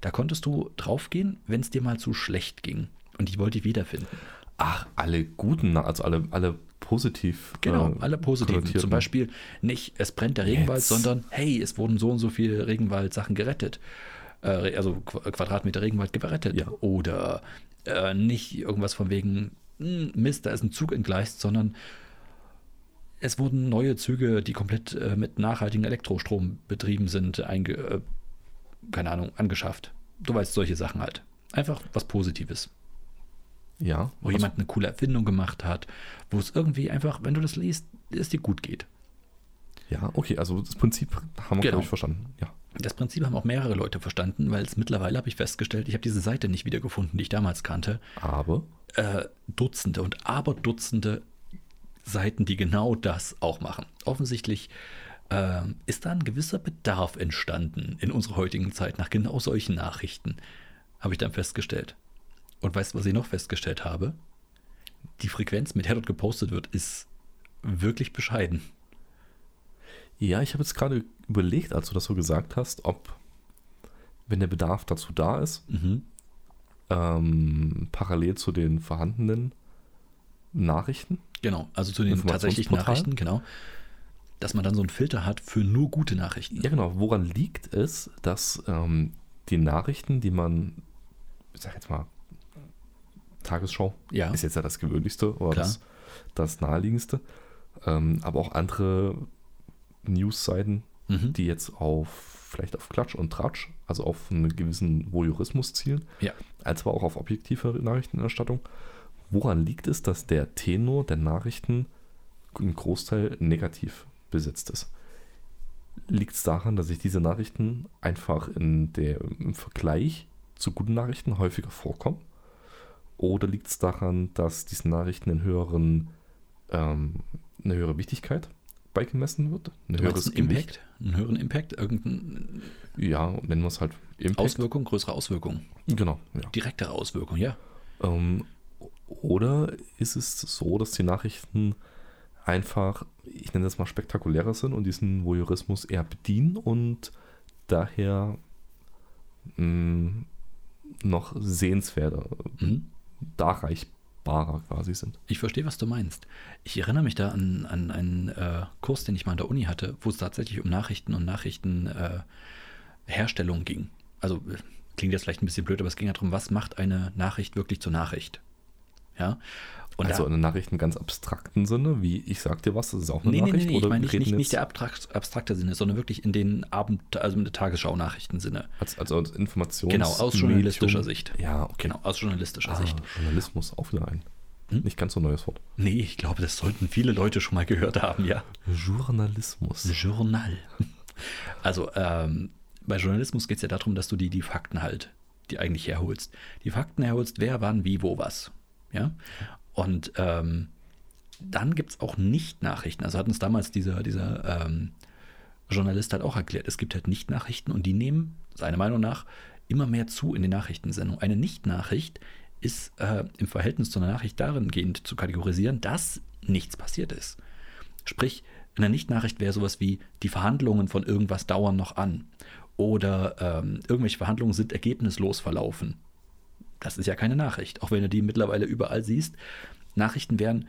Da konntest du draufgehen, wenn es dir mal zu schlecht ging. Und die wollte ich wiederfinden. Ach, alle guten, na- also alle, alle positiv. Genau, äh, alle positiven. konnotierten. Zum Beispiel nicht, es brennt der Regenwald, Jetzt. sondern hey, es wurden so und so viele Regenwaldsachen gerettet. Äh, also Qu- Quadratmeter Regenwald gerettet. Ja. Oder äh, nicht irgendwas von wegen, hm, Mist, da ist ein Zug entgleist, sondern es wurden neue Züge, die komplett äh, mit nachhaltigem Elektrostrom betrieben sind, einge äh, keine Ahnung, angeschafft. Du weißt, solche Sachen halt. Einfach was Positives Ja, also, wo was- jemand eine coole Erfindung gemacht hat, wo es irgendwie einfach, wenn du das liest, es dir gut geht. ja, okay, also das Prinzip haben Genau. wir, glaube ich, verstanden. Ja. Das Prinzip haben auch mehrere Leute verstanden, weil es mittlerweile habe ich festgestellt, ich habe diese Seite nicht wiedergefunden, die ich damals kannte. Aber Äh, Dutzende und Aberdutzende Seiten, die genau das auch machen. Offensichtlich äh, ist da ein gewisser Bedarf entstanden in unserer heutigen Zeit nach genau solchen Nachrichten, habe ich dann festgestellt. Und weißt du, was ich noch festgestellt habe? Die Frequenz, mit der dort gepostet wird, ist wirklich bescheiden. Ja, ich habe jetzt gerade überlegt, als du das so gesagt hast, ob, wenn der Bedarf dazu da ist, Mhm. ähm, parallel zu den vorhandenen Nachrichten. Genau, also zu den tatsächlichen Informationsportal? Nachrichten, genau. Dass man dann so einen Filter hat für nur gute Nachrichten. Ja, genau. Woran liegt es, dass ähm, die Nachrichten, die man, ich sag jetzt mal, Tagesschau Ja. ist jetzt ja das Gewöhnlichste oder Klar. das, das Naheliegendste, ähm, aber auch andere News-Seiten, Mhm. die jetzt auf vielleicht auf Klatsch und Tratsch, also auf einen gewissen Voyeurismus zielen, Ja. als aber auch auf objektive Nachrichtenerstattung. Woran liegt es, dass der Tenor der Nachrichten im Großteil negativ besetzt ist? Liegt es daran, dass sich diese Nachrichten einfach in der, im Vergleich zu guten Nachrichten häufiger vorkommen? Oder liegt es daran, dass diesen Nachrichten einen höheren, ähm, eine höhere Wichtigkeit beigemessen wird? Ein Du meinst einen Impact? Einen höheren Impact? Irgendeine Ja, nennen wir es halt Impact. Auswirkung, größere Auswirkung? genau, ja. Direktere Auswirkung, ja. Ähm, oder ist es so, dass die Nachrichten einfach, ich nenne das mal spektakulärer sind und diesen Voyeurismus eher bedienen und daher mh, noch sehenswerter, Mhm. darreichbarer quasi sind? Ich verstehe, was du meinst. Ich erinnere mich da an, an einen äh, Kurs, den ich mal an der Uni hatte, wo es tatsächlich um Nachrichten und Nachrichtenherstellung äh, Herstellung ging. Also äh, klingt jetzt vielleicht ein bisschen blöd, aber es ging ja darum, was macht eine Nachricht wirklich zur Nachricht? Ja. Und also da, eine Nachricht im ganz abstrakten Sinne, wie ich sag dir was, das ist auch eine nee, nee, nee, Nachricht. nee, ich oder meine wir nicht, reden nicht, nicht jetzt der abstrakt, abstrakte Sinne, sondern wirklich in den Abend, also in der Tagesschau-Nachrichten-Sinne. als, also als Informations Genau, aus journalistischer Sicht. Ja, okay. Genau, aus journalistischer Ah, Sicht. Hm? Journalismus, auch wieder ein. Nicht ganz so neues Wort. Nee, ich glaube, das sollten viele Leute schon mal gehört haben, ja. Journalismus. Hm. Journal. Also ähm, bei Journalismus geht es ja darum, dass du die, die Fakten halt, die eigentlich herholst. Die Fakten herholst, wer, wann, wie, wo, was. Ja? Und ähm, dann gibt es auch Nicht-Nachrichten. Also hat uns damals dieser, dieser ähm, Journalist halt auch erklärt, es gibt halt Nicht-Nachrichten und die nehmen, seiner Meinung nach, immer mehr zu in den Nachrichtensendungen. Eine Nicht-Nachricht ist äh, im Verhältnis zu einer Nachricht dahingehend zu kategorisieren, dass nichts passiert ist. Sprich, eine Nicht-Nachricht wäre sowas wie, die Verhandlungen von irgendwas dauern noch an. Oder ähm, irgendwelche Verhandlungen sind ergebnislos verlaufen. Das ist ja keine Nachricht, auch wenn du die mittlerweile überall siehst. Nachrichten wären,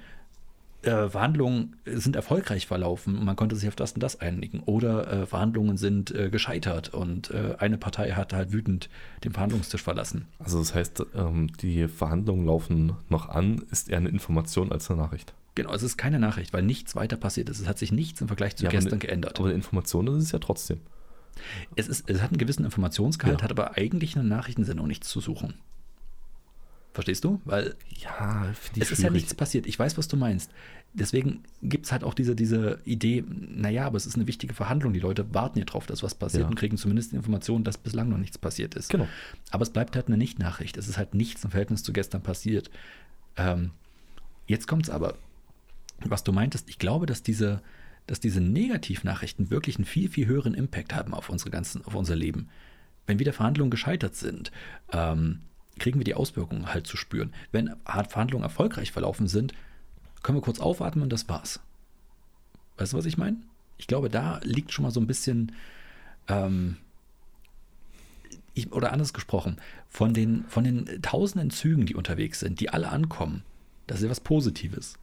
äh, Verhandlungen sind erfolgreich verlaufen und man konnte sich auf das und das einigen. Oder äh, Verhandlungen sind äh, gescheitert und äh, eine Partei hat halt wütend den Verhandlungstisch verlassen. Also das heißt, ähm, die Verhandlungen laufen noch an, ist eher eine Information als eine Nachricht. Genau, es ist keine Nachricht, weil nichts weiter passiert ist. Es hat sich nichts im Vergleich zu Ja, aber gestern ne- geändert. Aber eine Information ist es ja trotzdem. Es, ist, es hat einen gewissen Informationsgehalt, Ja. hat aber eigentlich eine Nachrichtensendung nichts zu suchen. Verstehst du? Weil Ja, finde es ist ja nichts passiert. Ich weiß, was du meinst. Deswegen gibt es halt auch diese, diese Idee, naja, aber es ist eine wichtige Verhandlung. Die Leute warten ja drauf, dass was passiert Ja. und kriegen zumindest die Information, dass bislang noch nichts passiert ist. Genau. Aber es bleibt halt eine Nicht-Nachricht. Es ist halt nichts im Verhältnis zu gestern passiert. Ähm, jetzt kommt's aber. Was du meintest, ich glaube, dass diese, dass diese Negativnachrichten wirklich einen viel, viel höheren Impact haben auf unsere ganzen, auf unser Leben. Wenn wieder Verhandlungen gescheitert sind, ähm, kriegen wir die Auswirkungen halt zu spüren. Wenn Hart- Verhandlungen erfolgreich verlaufen sind, können wir kurz aufatmen und das war's. Weißt du, was ich meine? Ich glaube, da liegt schon mal so ein bisschen ähm, ich, oder anders gesprochen, von den, von den tausenden Zügen, die unterwegs sind, die alle ankommen, das ist ja was Positives.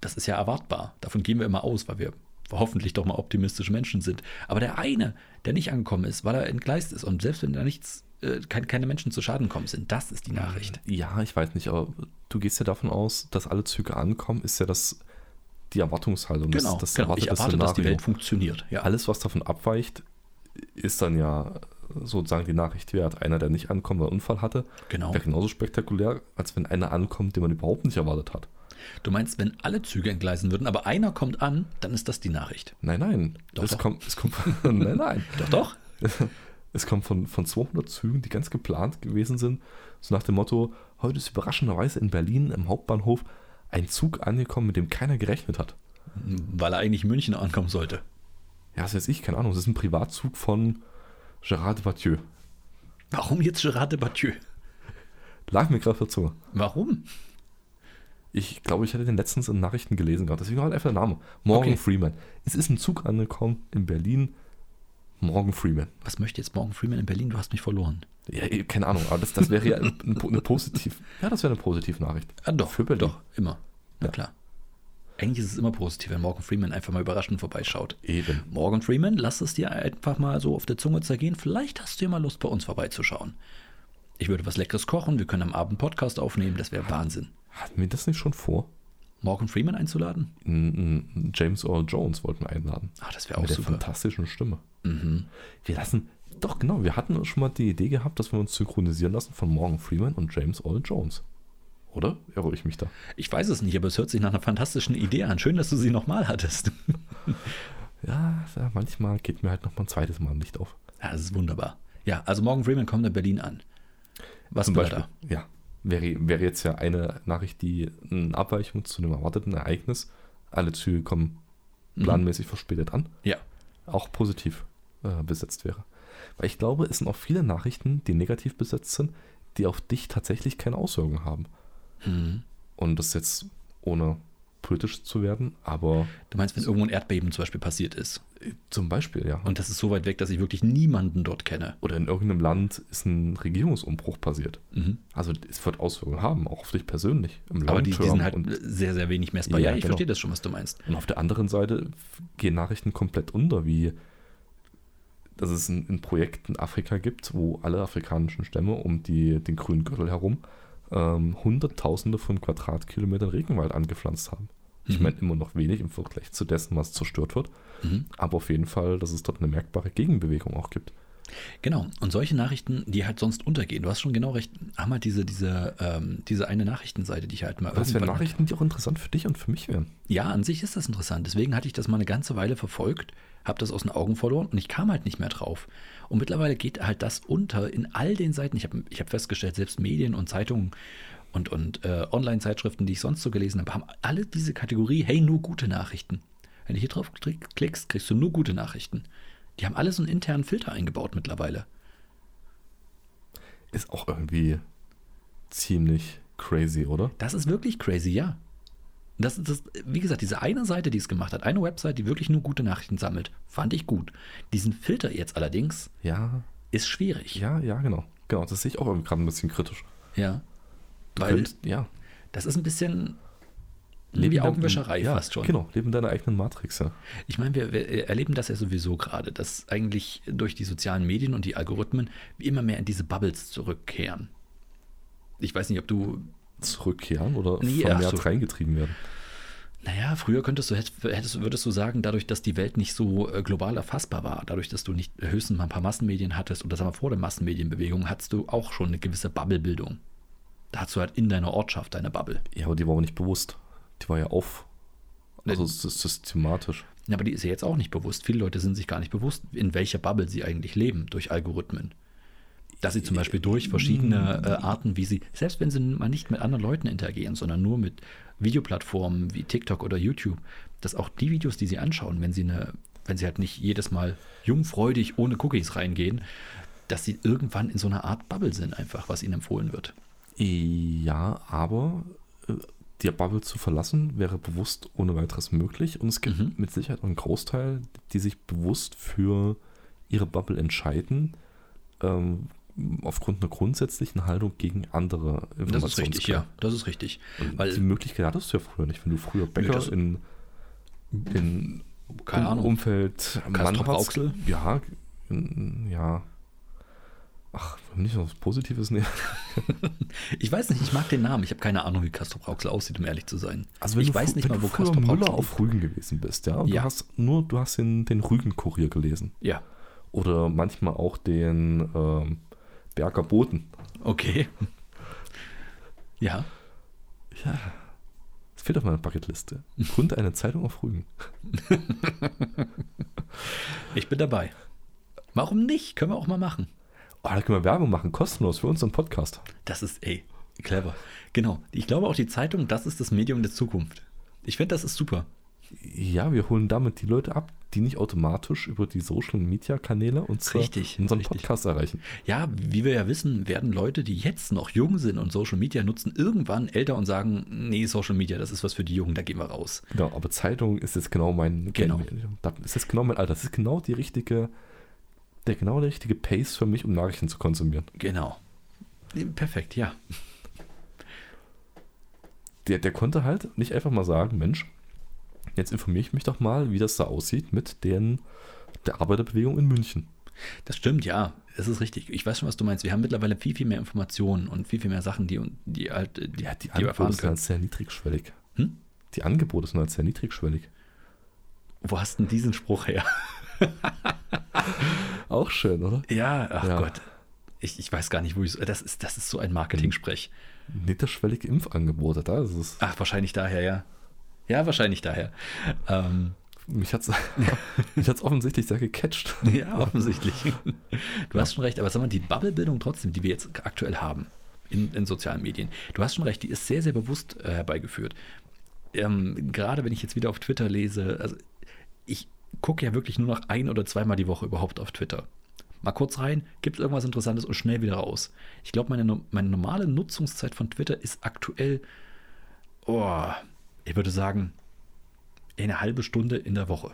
Das ist ja erwartbar. Davon gehen wir immer aus, weil wir hoffentlich doch mal optimistische Menschen sind. Aber der eine, der nicht angekommen ist, weil er entgleist ist und selbst wenn da nichts, äh, kein, keine Menschen zu Schaden kommen sind, das ist die Nachricht. Ja, ich weiß nicht, aber du gehst ja davon aus, dass alle Züge ankommen, ist ja das die Erwartungshaltung. Genau, das, das genau. ich erwarte, erwartete dass die Szenario. Welt funktioniert. Ja. Alles, was davon abweicht, ist dann ja sozusagen die Nachricht wert. Einer, der nicht ankommt, weil er einen Unfall hatte, Genau. wäre genauso spektakulär, als wenn einer ankommt, den man überhaupt nicht erwartet hat. Du meinst, wenn alle Züge entgleisen würden, aber einer kommt an, dann ist das die Nachricht. Nein, nein. Doch, es doch. kommt, es kommt von, nein, nein. Doch, doch. Es kommt von, von 200 Zügen, die ganz geplant gewesen sind, so nach dem Motto, heute ist überraschenderweise in Berlin im Hauptbahnhof ein Zug angekommen, mit dem keiner gerechnet hat. Weil er eigentlich in München ankommen sollte. Ja, das weiß ich, keine Ahnung. Das ist ein Privatzug von Gérard Depardieu. Warum jetzt Gerard Depardieu? Lag mir gerade auf der Zunge. Warum? Ich glaube, ich hatte den letztens in Nachrichten gelesen gehabt. Deswegen war halt einfach der Name. Morgan Okay. Freeman. Es ist ein Zug angekommen in Berlin. Morgan Freeman. Was möchte jetzt morgen Freeman in Berlin? Du hast mich verloren. Ja, eh, keine Ahnung, aber das, das wäre ja ein, ein, eine positiv. Ja, das wäre eine positive Nachricht. Ah, doch, Für Berlin. doch, immer. Na Ja. klar. Eigentlich ist es immer positiv, wenn Morgan Freeman einfach mal überraschend vorbeischaut. Eben. Morgan Freeman, lass es dir einfach mal so auf der Zunge zergehen. Vielleicht hast du ja mal Lust, bei uns vorbeizuschauen. Ich würde was Leckeres kochen, wir können am Abend einen Podcast aufnehmen, das wäre Wahnsinn. Hatten wir das nicht schon vor? Morgan Freeman einzuladen? N- n- James Earl Jones wollten wir einladen. Ach, das wäre auch Mit der super. fantastischen Stimme. Mhm. Wir lassen, doch genau, wir hatten schon mal die Idee gehabt, dass wir uns synchronisieren lassen von Morgan Freeman und James Earl Jones. Oder? Irre ich mich da. Ich weiß es nicht, aber es hört sich nach einer fantastischen Idee an. Schön, dass du sie nochmal hattest. Ja, ja, manchmal geht mir halt noch mal ein zweites Mal ein Licht auf. Ja, das ist wunderbar. Ja, also Morgan Freeman kommt in Berlin an. Was will er da? Ja. Wäre, wäre jetzt ja eine Nachricht, die eine Abweichung zu einem erwarteten Ereignis. Alle Züge kommen Mhm. planmäßig verspätet an. Ja, Auch positiv äh, besetzt wäre. Weil ich glaube, es sind auch viele Nachrichten, die negativ besetzt sind, die auf dich tatsächlich keine Auswirkungen haben. Mhm. Und das jetzt ohne politisch zu werden, aber Du meinst, wenn irgendwo ein Erdbeben zum Beispiel passiert ist zum Beispiel, ja. und das ist so weit weg, dass ich wirklich niemanden dort kenne. Oder in irgendeinem Land ist ein Regierungsumbruch passiert. Mhm. Also es wird Auswirkungen haben, auch auf dich persönlich. Im Aber die, die Long-Term sind halt und, sehr, sehr wenig messbar. Ja, Ja, ich genau. verstehe das schon, was du meinst. und auf der anderen Seite f- gehen Nachrichten komplett unter, wie dass es ein, ein Projekt in Afrika gibt, wo alle afrikanischen Stämme um die, den grünen Gürtel herum ähm, Hunderttausende von Quadratkilometern Regenwald angepflanzt haben. Ich Mhm. meine immer noch wenig im Vergleich zu dessen, was zerstört wird, Mhm. aber auf jeden Fall, dass es dort eine merkbare Gegenbewegung auch gibt. Genau. Und solche Nachrichten, die halt sonst untergehen, du hast schon genau recht, haben halt diese, diese, ähm, diese eine Nachrichtenseite, die ich halt mal Das wären irgendwann- Nachrichten, die auch interessant für dich und für mich wären. Ja, an sich ist das interessant. Deswegen hatte ich das mal eine ganze Weile verfolgt, habe das aus den Augen verloren und ich kam halt nicht mehr drauf. Und mittlerweile geht halt das unter in all den Seiten. Ich habe ich hab festgestellt, selbst Medien und Zeitungen und, und äh, Online-Zeitschriften, die ich sonst so gelesen habe, haben alle diese Kategorie, hey, nur gute Nachrichten. Wenn du hier drauf klick- klickst, kriegst du nur gute Nachrichten. Die haben alle so einen internen Filter eingebaut mittlerweile. Ist auch irgendwie ziemlich crazy, oder? Das ist wirklich crazy, ja. Das ist, das, wie gesagt, diese eine Seite, die es gemacht hat, eine Website, die wirklich nur gute Nachrichten sammelt, fand ich gut. Diesen Filter jetzt allerdings Ja, ist schwierig. ja, ja, genau. Genau, das sehe ich auch irgendwie gerade ein bisschen kritisch. Ja. Du Weil könntest- ja, das ist ein bisschen lebe wie in deinem- Augenwischerei ja, fast schon. Genau, leben deiner eigenen Matrix, ja. Ich meine, wir, wir erleben das ja sowieso gerade, dass eigentlich durch die sozialen Medien und die Algorithmen immer mehr in diese Bubbles zurückkehren. Ich weiß nicht, ob du, Zurückkehren oder Nee, ach vermehrt so. reingetrieben werden. naja, früher könntest du, hätt- hättest, würdest du sagen, dadurch, dass die Welt nicht so äh, global erfassbar war, dadurch, dass du nicht höchstens mal ein paar Massenmedien hattest oder sagen wir vor der Massenmedienbewegung, hattest du auch schon eine gewisse Bubblebildung. Da hast du halt in deiner Ortschaft deine Bubble. Ja, aber die war aber nicht bewusst. Die war ja auf. Nee. Also es ist systematisch. Ja, Aber die ist ja jetzt auch nicht bewusst. Viele Leute sind sich gar nicht bewusst, in welcher Bubble sie eigentlich leben durch Algorithmen. Dass sie zum Beispiel durch verschiedene äh, Arten, wie sie, selbst wenn sie mal nicht mit anderen Leuten interagieren, sondern nur mit Videoplattformen wie TikTok oder YouTube, dass auch die Videos, die sie anschauen, wenn sie eine, wenn sie halt nicht jedes Mal jungfreudig ohne Cookies reingehen, dass sie irgendwann in so einer Art Bubble sind, einfach, was ihnen empfohlen wird. Ja, aber äh, die Bubble zu verlassen wäre bewusst ohne weiteres möglich. Und es gibt Mhm. mit Sicherheit einen Großteil, die sich bewusst für ihre Bubble entscheiden, ähm, aufgrund einer grundsätzlichen Haltung gegen andere Das ist richtig, Informationsquellen. ja. Das ist richtig. Und Weil- die Möglichkeit hattest du ja früher nicht, wenn du früher Bäcker das- in, in Keine im Ahnung. Umfeld Castrop Mannharts- Rauxel? Ja, n- ja. Ach, wenn nicht noch was Positives ne. nehmen. Also Ich weiß nicht, ich mag den Namen. Ich habe keine Ahnung, wie Castrop Rauxel aussieht, um ehrlich zu sein. Also wenn ich du, weiß fr- nicht wenn mal, du wo früher Castrop Rauxel Müller auf Rügen gewesen bist, ja. Und Ja. Du hast nur, du hast den, den Rügen-Kurier gelesen. Ja, Oder manchmal auch den ähm, Berger Boten. okay. Ja, Das fehlt auf meiner Bucketliste. Und eine Zeitung auf Rügen. ich bin dabei. Warum nicht? Können wir auch mal machen. Oh, da können wir Werbung machen, kostenlos für unseren Podcast. Das ist, ey, clever. Genau. Ich glaube auch, die Zeitung, das ist das Medium der Zukunft. Ich finde, das ist super. Ja, wir holen damit die Leute ab, die nicht automatisch über die Social-Media-Kanäle unsere, Richtig, äh, unseren richtig. Podcast erreichen. Ja, wie wir ja wissen, werden Leute, die jetzt noch jung sind und Social Media nutzen, irgendwann älter und sagen, nee, Social Media, das ist was für die Jungen, da gehen wir raus. Genau, aber Zeitung ist jetzt genau mein Genau. Da ist jetzt genau mein Alter. Das ist genau die richtige, der genau der richtige Pace für mich, um Nachrichten zu konsumieren. Genau. Perfekt, ja. Der, der konnte halt nicht einfach mal sagen, Mensch, jetzt informiere ich mich doch mal, wie das da aussieht mit den, der Arbeiterbewegung in München. Das stimmt, ja. Das ist richtig. Ich weiß schon, was du meinst. Wir haben mittlerweile viel, viel mehr Informationen und viel, viel mehr Sachen, die, die, halt, äh, die, Ja, die die wir Angebote erfahren sind halt können. sehr niedrigschwellig. Hm? Die Angebote sind halt sehr niedrigschwellig. Wo hast du denn diesen Spruch her? Auch schön, oder? Ja, ach Ja. Gott. Ich, ich weiß gar nicht, wo ich. Das ist, das ist so ein Marketing-Sprech. Niederschwellige Impfangebote, da ist es. Ach, wahrscheinlich daher, ja. Ja, wahrscheinlich daher. Ähm, Mich hat es mich hat's offensichtlich sehr gecatcht. ja, offensichtlich. Du hast schon recht, aber sag mal, die Bubble-Bildung trotzdem, die wir jetzt aktuell haben in, in sozialen Medien, du hast schon recht, die ist sehr, sehr bewusst äh, herbeigeführt. Ähm, gerade wenn ich jetzt wieder auf Twitter lese, also ich gucke ja wirklich nur noch ein oder zweimal die Woche überhaupt auf Twitter. Mal kurz rein, gibt es irgendwas Interessantes und schnell wieder raus. Ich glaube, meine, no- meine normale Nutzungszeit von Twitter ist aktuell, oh, ich würde sagen, eine halbe Stunde in der Woche.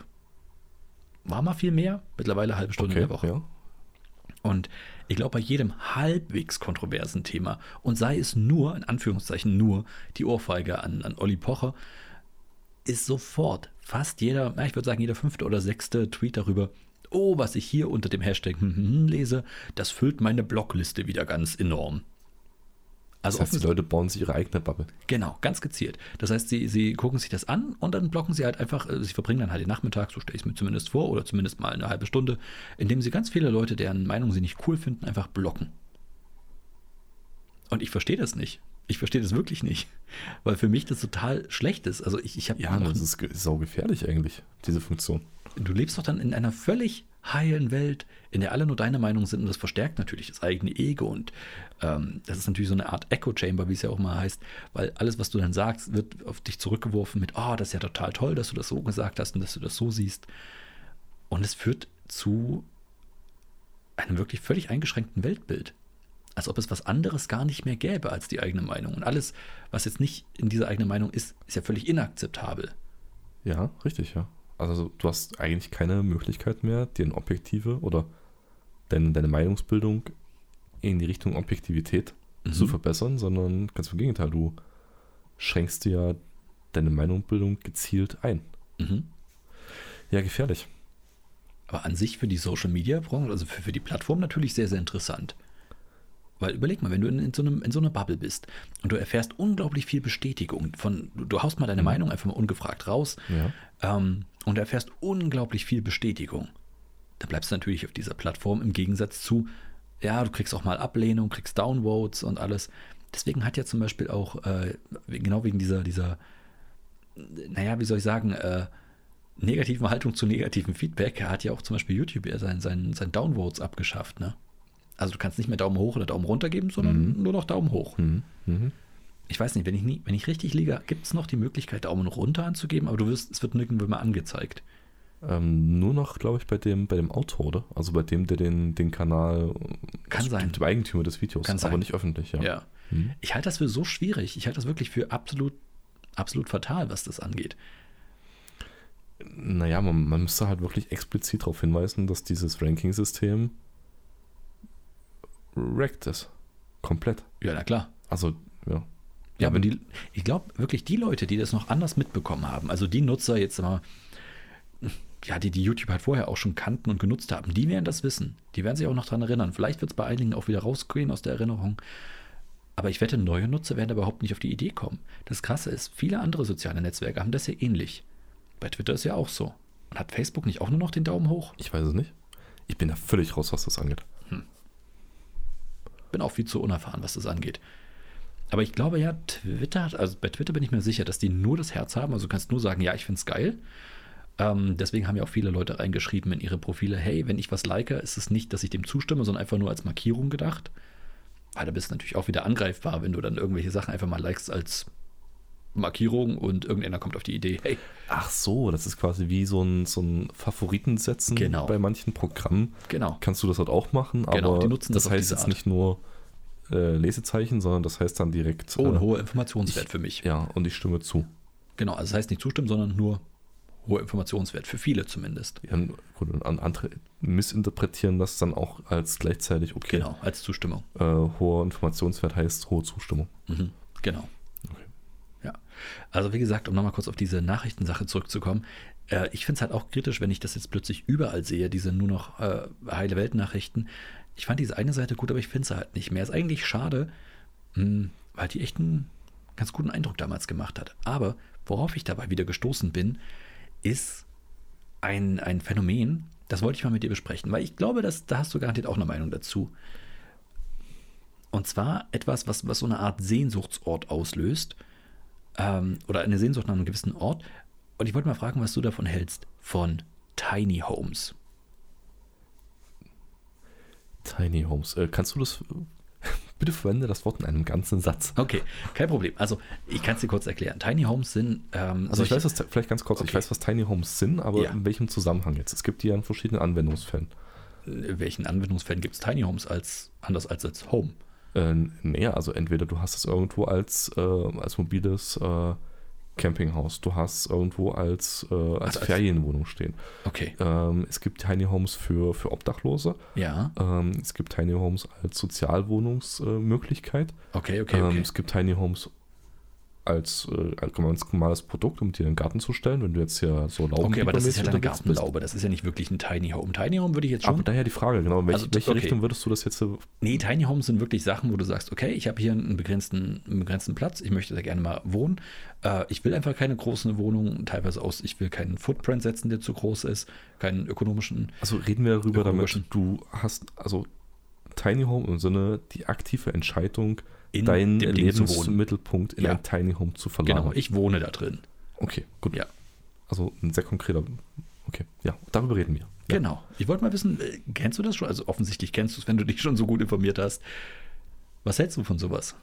War mal viel mehr, mittlerweile halbe Stunde in der Woche. ja. Und ich glaube, bei jedem halbwegs kontroversen Thema, und sei es nur, in Anführungszeichen nur, die Ohrfeige an, an Olli Pocher, ist sofort fast jeder, na, ich würde sagen, jeder fünfte oder sechste Tweet darüber, oh, was ich hier unter dem Hashtag lese, das füllt meine Blogliste wieder ganz enorm. Also Das heißt, die offensichtlich- Leute bauen sich ihre eigene Bubble. Genau, ganz gezielt. Das heißt, sie, sie gucken sich das an und dann blocken sie halt einfach, äh, sie verbringen dann halt den Nachmittag, so stelle ich es mir zumindest vor, oder zumindest mal eine halbe Stunde, indem sie ganz viele Leute, deren Meinung sie nicht cool finden, einfach blocken. Und ich verstehe das nicht. Ich verstehe das wirklich nicht. Weil für mich das total schlecht ist. Also ich, ich habe Ja, das ist ge- saugefährlich eigentlich, diese Funktion. du lebst doch dann in einer völlig heilen Welt, in der alle nur deine Meinung sind und das verstärkt natürlich das eigene Ego und ähm, das ist natürlich so eine Art Echo Chamber, wie es ja auch mal heißt, weil alles, was du dann sagst, wird auf dich zurückgeworfen mit, oh, das ist ja total toll, dass du das so gesagt hast und dass du das so siehst. Und es führt zu einem wirklich völlig eingeschränkten Weltbild. Als ob es was anderes gar nicht mehr gäbe als die eigene Meinung. Und alles, was jetzt nicht in dieser eigenen Meinung ist, ist ja völlig inakzeptabel. Ja, richtig, ja. Also du hast eigentlich keine Möglichkeit mehr, dir eine objektive oder deine, deine Meinungsbildung in die Richtung Objektivität Mhm. zu verbessern, sondern ganz im Gegenteil, du schränkst dir ja deine Meinungsbildung gezielt ein. Mhm. Ja, gefährlich. Aber an sich für die Social Media Branche, also für, für die Plattform natürlich sehr, sehr interessant. Weil überleg mal, wenn du in, in, so einem, in so einer Bubble bist und du erfährst unglaublich viel Bestätigung von, du, du haust mal deine Meinung einfach mal ungefragt raus Ja. ähm, und erfährst unglaublich viel Bestätigung, dann bleibst du natürlich auf dieser Plattform im Gegensatz zu, ja, du kriegst auch mal Ablehnung, kriegst Downvotes und alles. Deswegen hat ja zum Beispiel auch, äh, genau wegen dieser, dieser, naja, wie soll ich sagen, äh, negativen Haltung zu negativem Feedback hat ja auch zum Beispiel YouTube ja sein, sein, sein Downvotes abgeschafft, ne? Also du kannst nicht mehr Daumen hoch oder Daumen runter geben, sondern nur noch Daumen hoch. Mhm. Mhm. Ich weiß nicht, wenn ich, nie, wenn ich richtig liege, gibt es noch die Möglichkeit, Daumen runter anzugeben, aber du wirst, es wird nirgendwo mehr angezeigt. Ähm, nur noch, glaube ich, bei dem, bei dem Autor, oder? Also bei dem, der den, den Kanal Kann sein. dem Eigentümer des Videos, Kann aber sein. nicht öffentlich, ja. Ja. Mhm. Ich halte das für so schwierig. Ich halte das wirklich für absolut, absolut fatal, was das angeht. Naja, man, man müsste halt wirklich explizit darauf hinweisen, dass dieses Ranking-System wrecked ist. Komplett. Ja, na klar. Also, ja. Ja, aber wenn- die, ich glaube wirklich, die Leute, die das noch anders mitbekommen haben, also die Nutzer jetzt mal, ja, die die YouTube halt vorher auch schon kannten und genutzt haben, die werden das wissen. Die werden sich auch noch dran erinnern. Vielleicht wird es bei einigen auch wieder rausgehen aus der Erinnerung. Aber ich wette, neue Nutzer werden da überhaupt nicht auf die Idee kommen. Das Krasse ist, viele andere soziale Netzwerke haben das ja ähnlich. Bei Twitter ist ja auch so. Und hat Facebook nicht auch nur noch den Daumen hoch? Ich weiß es nicht. Ich bin da völlig raus, was das angeht. bin auch viel zu unerfahren, was das angeht. Aber ich glaube ja, Twitter, hat- also bei Twitter bin ich mir sicher, dass die nur das Herz haben. Also du kannst nur sagen, ja, ich find's geil. Ähm, deswegen haben ja auch viele Leute reingeschrieben in ihre Profile, hey, wenn ich was like, ist es nicht, dass ich dem zustimme, sondern einfach nur als Markierung gedacht. Weil da bist du natürlich auch wieder angreifbar, wenn du dann irgendwelche Sachen einfach mal likest als Markierung und irgendeiner kommt auf die Idee, hey, Ach so, das ist quasi wie so ein, so ein Favoritensetzen Genau. bei manchen Programmen. genau. Kannst du das halt auch machen, Genau, aber die nutzen das das auf heißt diese jetzt Art. nicht nur äh, Lesezeichen, sondern das heißt dann direkt. Oh, ein äh, hoher Informationswert für mich. ja, und ich stimme zu. Genau, also das heißt nicht zustimmen, sondern nur hoher Informationswert, für viele zumindest. Ja, gut, und an- andere missinterpretieren das dann auch als gleichzeitig, okay, Genau, als Zustimmung. äh, hoher Informationswert heißt hohe Zustimmung. Mhm, genau. Okay. Ja. Also wie gesagt, um nochmal kurz auf diese Nachrichtensache zurückzukommen, äh, ich finde es halt auch kritisch, wenn ich das jetzt plötzlich überall sehe, diese nur noch äh, heile Weltnachrichten. Ich fand diese eine Seite gut, aber ich finde sie halt nicht mehr. Ist eigentlich schade, mh, weil die echt einen ganz guten Eindruck damals gemacht hat. Aber worauf ich dabei wieder gestoßen bin, ist ein, ein Phänomen, das wollte ich mal mit dir besprechen, weil ich glaube, dass, da hast du garantiert auch eine Meinung dazu. Und zwar etwas, was, was so eine Art Sehnsuchtsort auslöst. Ähm, oder eine Sehnsucht nach einem gewissen Ort. Und ich wollte mal fragen, was du davon hältst von Tiny Homes. Tiny Homes. Äh, kannst du das. Bitte verwende das Wort in einem ganzen Satz. Okay, kein Problem. Also, ich kann es dir kurz erklären. Tiny Homes sind. Ähm, Also ich solche- weiß, was, vielleicht ganz kurz, ich Okay. weiß, was Tiny Homes sind, aber Ja. in welchem Zusammenhang jetzt? Es gibt die ja in verschiedenen Anwendungsfällen. in Äh, welchen Anwendungsfällen gibt es Tiny Homes als anders als als Home? Äh, naja, also entweder du hast es irgendwo als, äh, als mobiles äh, Campinghaus, du hast irgendwo als, äh, als Also als- Ferienwohnung stehen. Okay. Ähm, es gibt Tiny Homes für, für Obdachlose, Ja. ähm, es gibt Tiny Homes als Sozialwohnungsmöglichkeit, Okay, okay, ähm, okay. es gibt Tiny Homes als äh, als ganz normales Produkt, um dir einen Garten zu stellen, wenn du jetzt hier so Lauben okay, aber das ist ja dann eine unterwegs bist. Gartenlaube. Das ist ja nicht wirklich ein Tiny Home. Tiny Home würde ich jetzt schon. Aber daher die Frage, genau, in welche, Also, welche okay. Richtung würdest du das jetzt äh, Nee, Tiny Homes sind wirklich Sachen, wo du sagst, okay, ich habe hier einen begrenzten, einen begrenzten Platz, ich möchte da gerne mal wohnen. Äh, ich will einfach keine großen Wohnungen, teilweise aus, ich will keinen Footprint setzen, der zu groß ist, keinen ökonomischen. Also reden wir darüber, damit Ökologischen. du hast also Tiny Home im Sinne die aktive Entscheidung, In deinen dem Ding zu wohnen. Lebensmittelpunkt in Ja. ein Tiny Home zu verlagern. Genau, ich wohne da drin. okay, gut. Ja. Also ein sehr konkreter. Okay, ja, darüber reden wir. Ja. Genau. Ich wollte mal wissen, äh, kennst du das schon? Also offensichtlich kennst du es, wenn du dich schon so gut informiert hast. Was hältst du von sowas?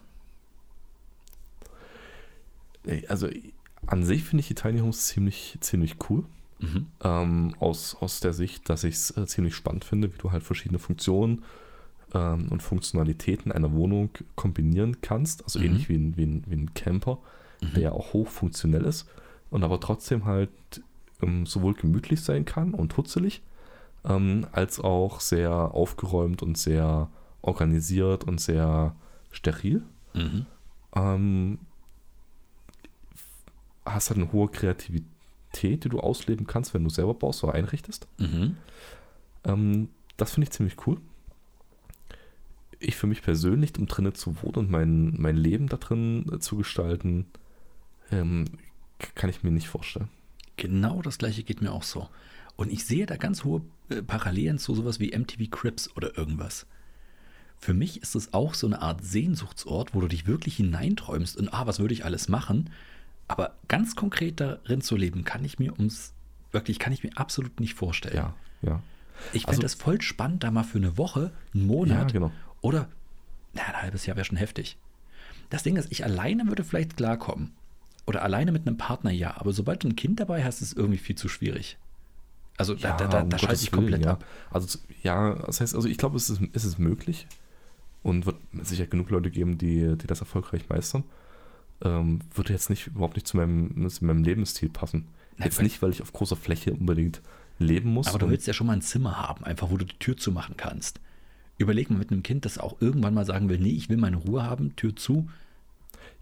Ey, Also an sich finde ich die Tiny Homes ziemlich, ziemlich cool. Mhm. ähm, aus, aus der Sicht, dass ich es äh, ziemlich spannend finde, wie du halt verschiedene Funktionen ähm, und Funktionalitäten einer Wohnung kombinieren kannst. Also Mhm. ähnlich wie ein, wie, ein, wie ein Camper, der ja auch hochfunktionell ist und aber trotzdem halt ähm, sowohl gemütlich sein kann und hutzelig, ähm, als auch sehr aufgeräumt und sehr organisiert und sehr steril Mhm. ähm, hast halt eine hohe Kreativität, die du ausleben kannst, wenn du selber baust oder einrichtest. Mhm. Ähm, das finde ich ziemlich cool. Ich für mich persönlich, um drinnen zu wohnen und mein, mein Leben da drin äh, zu gestalten, ähm, k- kann ich mir nicht vorstellen. Genau das gleiche geht mir auch so. Und ich sehe da ganz hohe äh, Parallelen zu sowas wie MTV Crips oder irgendwas. Für mich ist es auch so eine Art Sehnsuchtsort, wo du dich wirklich hineinträumst und ah, was würde ich alles machen? Aber ganz konkret darin zu leben, kann ich mir ums wirklich kann ich mir absolut nicht vorstellen. Ja, ja. Ich fände Also- das voll spannend, da mal für eine Woche, einen Monat Ja, genau. oder na, ein halbes Jahr wäre schon heftig. Das Ding ist, ich alleine würde vielleicht klarkommen. Oder alleine mit einem Partner ja, aber sobald du ein Kind dabei hast, ist es irgendwie viel zu schwierig. Also da, da, da, um da Gottes schalte ich Willen, komplett ja. ab. Also z- ja, das heißt, also ich glaube, es ist, es ist möglich und wird sicher genug Leute geben, die, die das erfolgreich meistern. Ähm, würde jetzt nicht überhaupt nicht zu meinem, zu meinem Lebensstil passen. Nein, jetzt weil- nicht, weil ich auf großer Fläche unbedingt leben muss. Aber du und- willst ja schon mal ein Zimmer haben, einfach wo du die Tür zumachen kannst. Überleg mal mit einem Kind, das auch irgendwann mal sagen will, nee, ich will meine Ruhe haben, Tür zu.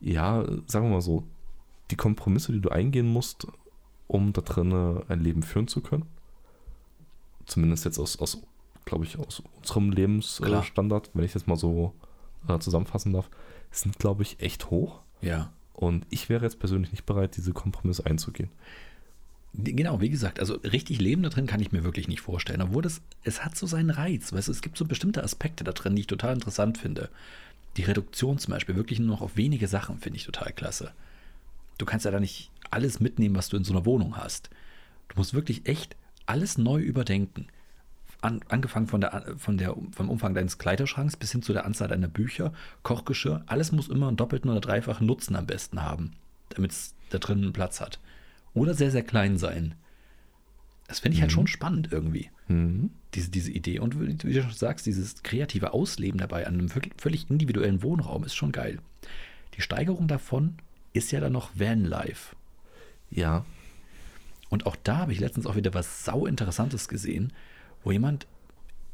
ja, sagen wir mal so, die Kompromisse, die du eingehen musst, um da drin ein Leben führen zu können. Zumindest jetzt aus, aus glaube ich, aus unserem Klar. Lebensstandard, wenn ich das mal so äh, zusammenfassen darf, sind, glaube ich, echt hoch. Ja. Und ich wäre jetzt persönlich nicht bereit, diese Kompromisse einzugehen. Die- Genau, wie gesagt, also richtig Leben da drin kann ich mir wirklich nicht vorstellen, obwohl das, es hat so seinen Reiz, weißt du, es gibt so bestimmte Aspekte da drin, die ich total interessant finde. Die Reduktion zum Beispiel, wirklich nur noch auf wenige Sachen, finde ich total klasse. Du kannst ja da nicht alles mitnehmen, was du in so einer Wohnung hast. Du musst wirklich echt alles neu überdenken. An, angefangen von der, von der, vom Umfang deines Kleiderschranks bis hin zu der Anzahl deiner Bücher, Kochgeschirr, alles muss immer einen doppelten oder dreifachen Nutzen am besten haben, damit es da drinnen einen Platz hat. Oder sehr, sehr klein sein. Das finde ich halt schon spannend irgendwie, Mhm. diese, diese Idee. Und wie du schon sagst, dieses kreative Ausleben dabei an einem völlig- völlig individuellen Wohnraum ist schon geil. Die Steigerung davon ist ja dann noch Vanlife. Ja. Und auch da habe ich letztens auch wieder was sau Interessantes gesehen, wo jemand,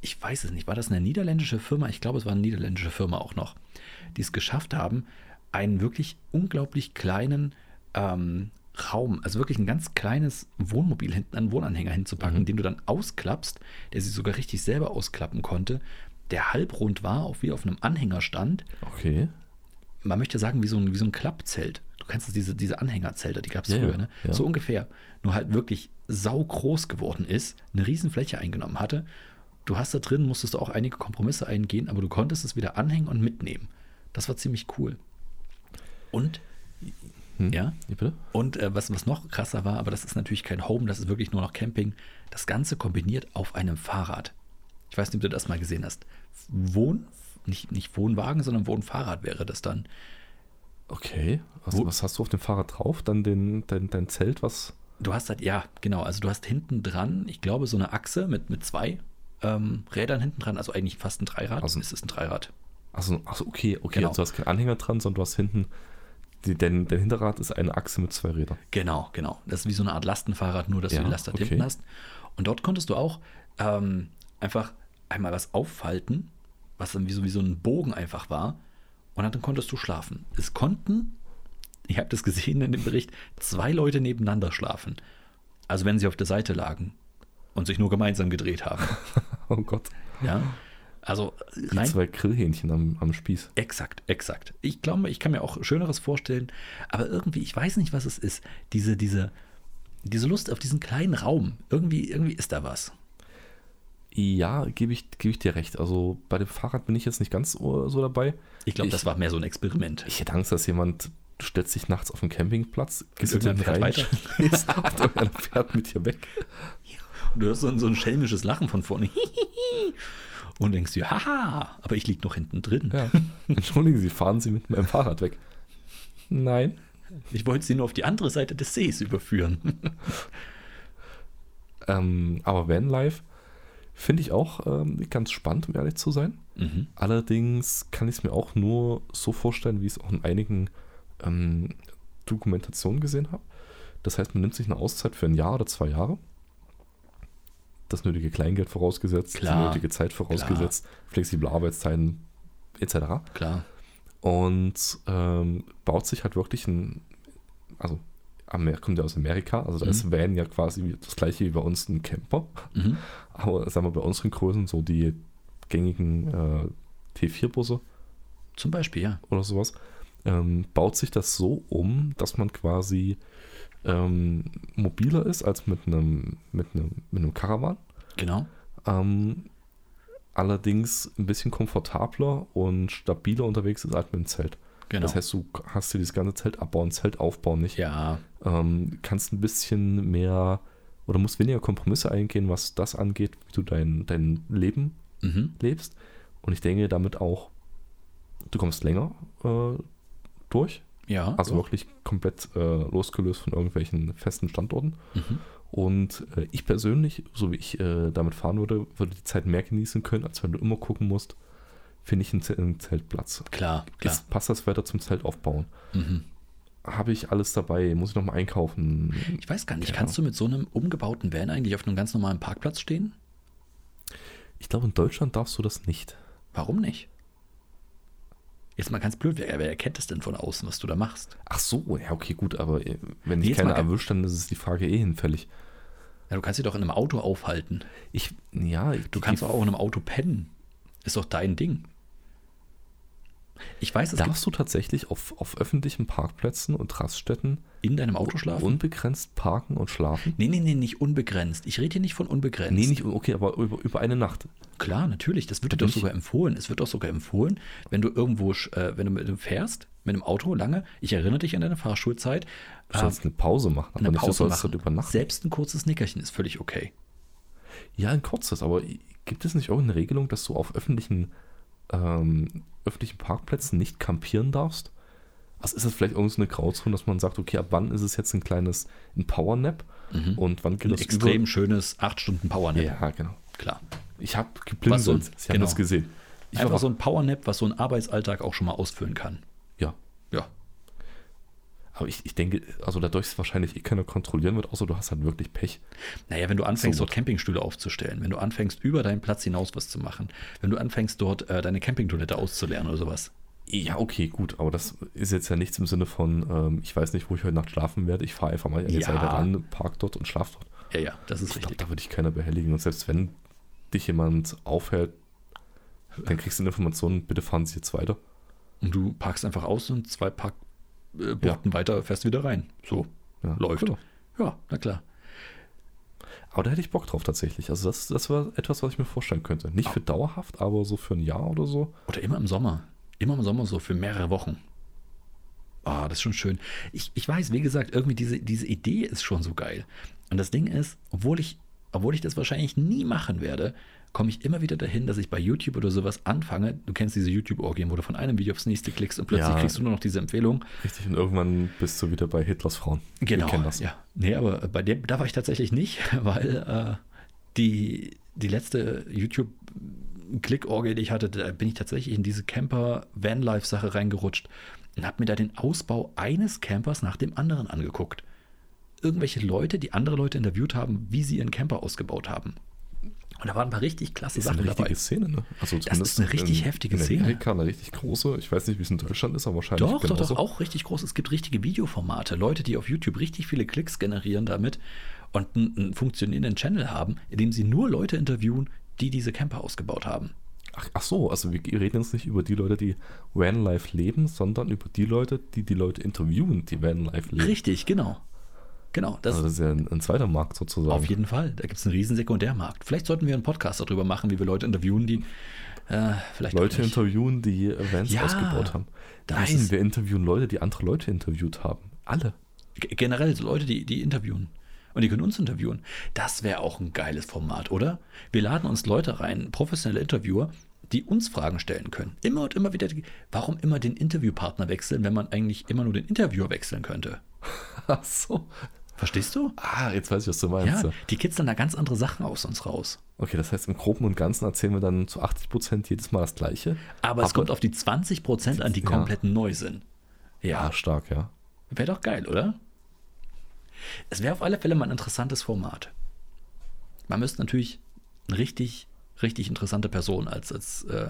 ich weiß es nicht, war das eine niederländische Firma? Ich glaube, es war eine niederländische Firma auch noch, die es geschafft haben, einen wirklich unglaublich kleinen ähm, Raum, also wirklich ein ganz kleines Wohnmobil hinten an einen Wohnanhänger hinzupacken, den du dann ausklappst, der sich sogar richtig selber ausklappen konnte, der halbrund war, auch wie auf einem Anhänger stand Okay. man möchte sagen, wie so ein, wie so ein Klappzelt. Du kennst das, diese, diese Anhängerzelte, die gab es Ja, früher, ja, ne? ja. So ungefähr. Nur halt wirklich saugroß geworden ist, eine riesen Fläche eingenommen hatte. Du hast da drin, musstest du auch einige Kompromisse eingehen, aber du konntest es wieder anhängen und mitnehmen. Das war ziemlich cool. Und, Hm. ja, Ja, bitte? und äh, was, was noch krasser war, aber das ist natürlich kein Home, das ist wirklich nur noch Camping. Das Ganze kombiniert auf einem Fahrrad. Ich weiß nicht, ob du das mal gesehen hast. Wohn, nicht, nicht Wohnwagen, sondern Wohnfahrrad wäre das dann. Okay. Was, Wo- was hast du auf dem Fahrrad drauf? Dann den, dein, dein Zelt, was? Du hast halt, ja, genau. Also du hast hinten dran, ich glaube, so eine Achse mit, mit zwei ähm, Rädern hinten dran. Also eigentlich fast ein Dreirad. Also- es ist ein Dreirad. Achso, achso okay, okay. Genau. Also du hast keinen Anhänger dran, sondern du hast hinten, die, dein, dein Hinterrad ist eine Achse mit zwei Rädern. Genau, genau. Das ist wie so eine Art Lastenfahrrad, nur dass Ja, du die Last dort okay. hinten hast. Und dort konntest du auch ähm, einfach einmal was auffalten, was dann wie so, wie so ein Bogen einfach war. Und dann konntest du schlafen. Es konnten, ich habe das gesehen in dem Bericht, zwei Leute nebeneinander schlafen. Also wenn sie auf der Seite lagen und sich nur gemeinsam gedreht haben. Oh Gott. Ja. Also Wie rein zwei Grillhähnchen am, am Spieß. Exakt, exakt. Ich glaube, ich kann mir auch Schöneres vorstellen, aber irgendwie, ich weiß nicht, was es ist. Diese, diese, diese Lust auf diesen kleinen Raum. Irgendwie, irgendwie ist da was. Ja, gebe ich, gebe ich dir recht. Also bei dem Fahrrad bin ich jetzt nicht ganz so so dabei. Ich glaube, Ich- das war mehr so ein Experiment. Ich hätte Angst, dass jemand, du stellst dich nachts auf den Campingplatz, gehst irgendein Pferd hinten rein, schläfst und irgendein Pferd mit dir weg. Du hörst so ein, so ein schelmisches Lachen von vorne. Und denkst dir, haha, aber ich lieg noch hinten drin. Ja. Entschuldigen Sie, fahren Sie mit meinem Fahrrad weg. Nein. Ich wollte sie nur auf die andere Seite des Sees überführen. Ähm, aber Vanlife finde ich auch ähm, ganz spannend, um ehrlich zu sein. Mhm. Allerdings kann ich es mir auch nur so vorstellen, wie ich es auch in einigen ähm, Dokumentationen gesehen habe. Das heißt, man nimmt sich eine Auszeit für ein Jahr oder zwei Jahre. Das nötige Kleingeld vorausgesetzt, die Klar. nötige Zeit vorausgesetzt, flexible Arbeitszeiten etc. Klar. Und ähm, baut sich halt wirklich ein, also Amer kommt ja aus Amerika, also da Mhm. ist Van ja quasi wie- das gleiche wie bei uns ein Camper, Mhm. aber sagen wir bei unseren Größen so die gängigen äh, T4-Busse Zum Beispiel, ja. oder sowas, ähm, baut sich das so um, dass man quasi ähm, mobiler ist als mit einem mit einem mit einem Caravan. Genau. Ähm, allerdings ein bisschen komfortabler und stabiler unterwegs ist als mit dem Zelt. Genau. Das heißt, du hast dir das ganze Zelt abbauen, Zelt aufbauen nicht. ja, Ähm, kannst ein bisschen mehr oder musst weniger Kompromisse eingehen, was das angeht, wie du dein, dein Leben mhm. lebst. Und ich denke damit auch, du kommst länger äh, durch. ja. Also doch. wirklich komplett äh, losgelöst von irgendwelchen festen Standorten. Mhm. Und äh, ich persönlich, so wie ich äh, damit fahren würde, würde die Zeit mehr genießen können, als wenn du immer gucken musst, finde ich einen, Ze- einen Zeltplatz. Klar, klar. Jetzt passt das Wetter zum Zelt aufbauen. Mhm. Habe ich alles dabei? Muss ich nochmal einkaufen? Ich weiß gar nicht, Ja. kannst du mit so einem umgebauten Van eigentlich auf einem ganz normalen Parkplatz stehen? Ich glaube, in Deutschland darfst du das nicht. Warum nicht? Jetzt mal ganz blöd, wer, wer erkennt es denn von außen, was du da machst? Ach so, ja, okay, gut, aber äh, wenn Nee, ich jetzt keiner mal ge- erwischt, dann ist es die Frage eh hinfällig. Ja, du kannst dich doch in einem Auto aufhalten. Ich, ja, ich- Du kannst doch auch in einem Auto pennen. Ist doch dein Ding. Ich weiß, es gibt darfst du tatsächlich auf, auf öffentlichen Parkplätzen und Raststätten in deinem Auto schlafen. unbegrenzt parken und schlafen? Nee, nee, nee, nicht unbegrenzt. Ich rede hier nicht von unbegrenzt. Nee, nicht, okay, aber über, über eine Nacht. Klar, natürlich. Das wird dir doch Natürlich. sogar empfohlen. Es wird doch sogar empfohlen, wenn du irgendwo, sch- äh, wenn du mit dem fährst, mit dem Auto lange. Ich erinnere dich an deine Fahrschulzeit. Äh, Du sollst Ah. eine Pause machen, aber eine nicht, du Pause sollst halt machen. dort übernachten. Selbst ein kurzes Nickerchen ist völlig okay. Ja, ein kurzes, aber gibt es nicht irgendeine Regelung, dass du auf öffentlichen, ähm, öffentlichen Parkplätzen nicht kampieren darfst? Also ist das vielleicht irgend so eine Grauzone, dass man sagt, okay, ab wann ist es jetzt ein kleines ein Powernap und wann geht Ein das extrem über? schönes 8 Stunden Powernap. Ja, genau. Klar. Ich habe Was so- geblinzelt. Sie haben genau. das gesehen. Ich Einfach war so ein Powernap, was so ein Arbeitsalltag auch schon mal ausfüllen kann. Ja, Ja. aber ich, ich denke, also dadurch ist wahrscheinlich eh keiner kontrollieren wird, außer du hast halt wirklich Pech. Naja, wenn du anfängst, So dort Campingstühle aufzustellen, wenn du anfängst, über deinen Platz hinaus was zu machen, wenn du anfängst, dort äh, deine Campingtoilette auszulernen oder sowas. Ja, okay, gut, aber das ist jetzt ja nichts im Sinne von, ähm, ich weiß nicht, wo ich heute Nacht schlafen werde, ich fahre einfach mal an die Ja. Seite ran, park dort und schlaf dort. Ja, ja, das ist Ich glaube, richtig. da würde ich keiner behelligen. Und selbst wenn dich jemand aufhält, dann kriegst du eine Information, bitte fahren Sie jetzt weiter. Und du parkst einfach aus und zwei Parkbuchten äh, Buchten weiter fährst wieder rein. So, Ja, läuft. genau. Ja, na klar. Aber da hätte ich Bock drauf tatsächlich. Also das, das war etwas, was ich mir vorstellen könnte. Nicht für dauerhaft, aber so für ein Jahr oder so. Oder immer im Sommer. Immer im Sommer so für mehrere Wochen. Ah, das ist schon schön. Ich, ich weiß, wie gesagt, irgendwie diese, diese Idee ist schon so geil. Und das Ding ist, obwohl ich, obwohl ich das wahrscheinlich nie machen werde, komme ich immer wieder dahin, dass ich bei YouTube oder sowas anfange. Du kennst diese YouTube-Orgien, wo du von einem Video aufs nächste klickst und plötzlich Ja. kriegst du nur noch diese Empfehlung. Richtig, und irgendwann bist du wieder bei Hitlers Frauen. Genau. Wir kennen das. Ja. Nee, aber bei dem, da war ich tatsächlich nicht, weil äh, die, die letzte YouTube- Klickorgie, die ich hatte, da bin ich tatsächlich in diese Camper-Vanlife-Sache reingerutscht und habe mir da den Ausbau eines Campers nach dem anderen angeguckt. Irgendwelche Leute, die andere Leute interviewt haben, wie sie ihren Camper ausgebaut haben. Und da waren ein paar richtig klasse Das ist Sachen eine dabei. richtige Szene, ne? Also zumindest eine richtig in, heftige in Szene. Amerika, eine richtig große. Ich weiß nicht, wie es in Deutschland ist, aber wahrscheinlich Doch, doch, genauso. doch, auch richtig groß. Es gibt richtige Videoformate. Leute, die auf YouTube richtig viele Klicks generieren damit und einen, einen funktionierenden Channel haben, in dem sie nur Leute interviewen, die diese Camper ausgebaut haben. Ach, ach so, also wir reden jetzt nicht über die Leute, die Vanlife leben, sondern über die Leute, die die Leute interviewen, die Vanlife leben. Richtig, genau. Genau, das Also das ist ja ein, ein zweiter Markt sozusagen. auf jeden Fall. Da gibt es einen riesen Sekundärmarkt. Vielleicht sollten wir einen Podcast darüber machen, wie wir Leute interviewen, die äh, vielleicht auch Leute nicht. interviewen, die Events Ja, ausgebaut haben. das Nein, ist- wir interviewen Leute, die andere Leute interviewt haben. Alle. G- generell so Leute, die, die interviewen. und die können uns interviewen. Das wäre auch ein geiles Format, oder? Wir laden uns Leute rein, professionelle Interviewer, die uns Fragen stellen können. Immer und immer wieder. die- Warum immer den Interviewpartner wechseln, wenn man eigentlich immer nur den Interviewer wechseln könnte? Ach so. Verstehst du? Ah, jetzt weiß ich, was du Ja, meinst. die kitzeln da ganz andere Sachen aus uns raus. Okay, das heißt, im Groben und Ganzen erzählen wir dann zu 80% jedes Mal das Gleiche. Aber es kommt auf die 20% an, die Ja. komplett neu sind. Ja, Ja, stark, ja. wäre doch geil, oder? Es wäre auf alle Fälle mal ein interessantes Format. Man müsste natürlich eine richtig, richtig interessante Person als, als äh,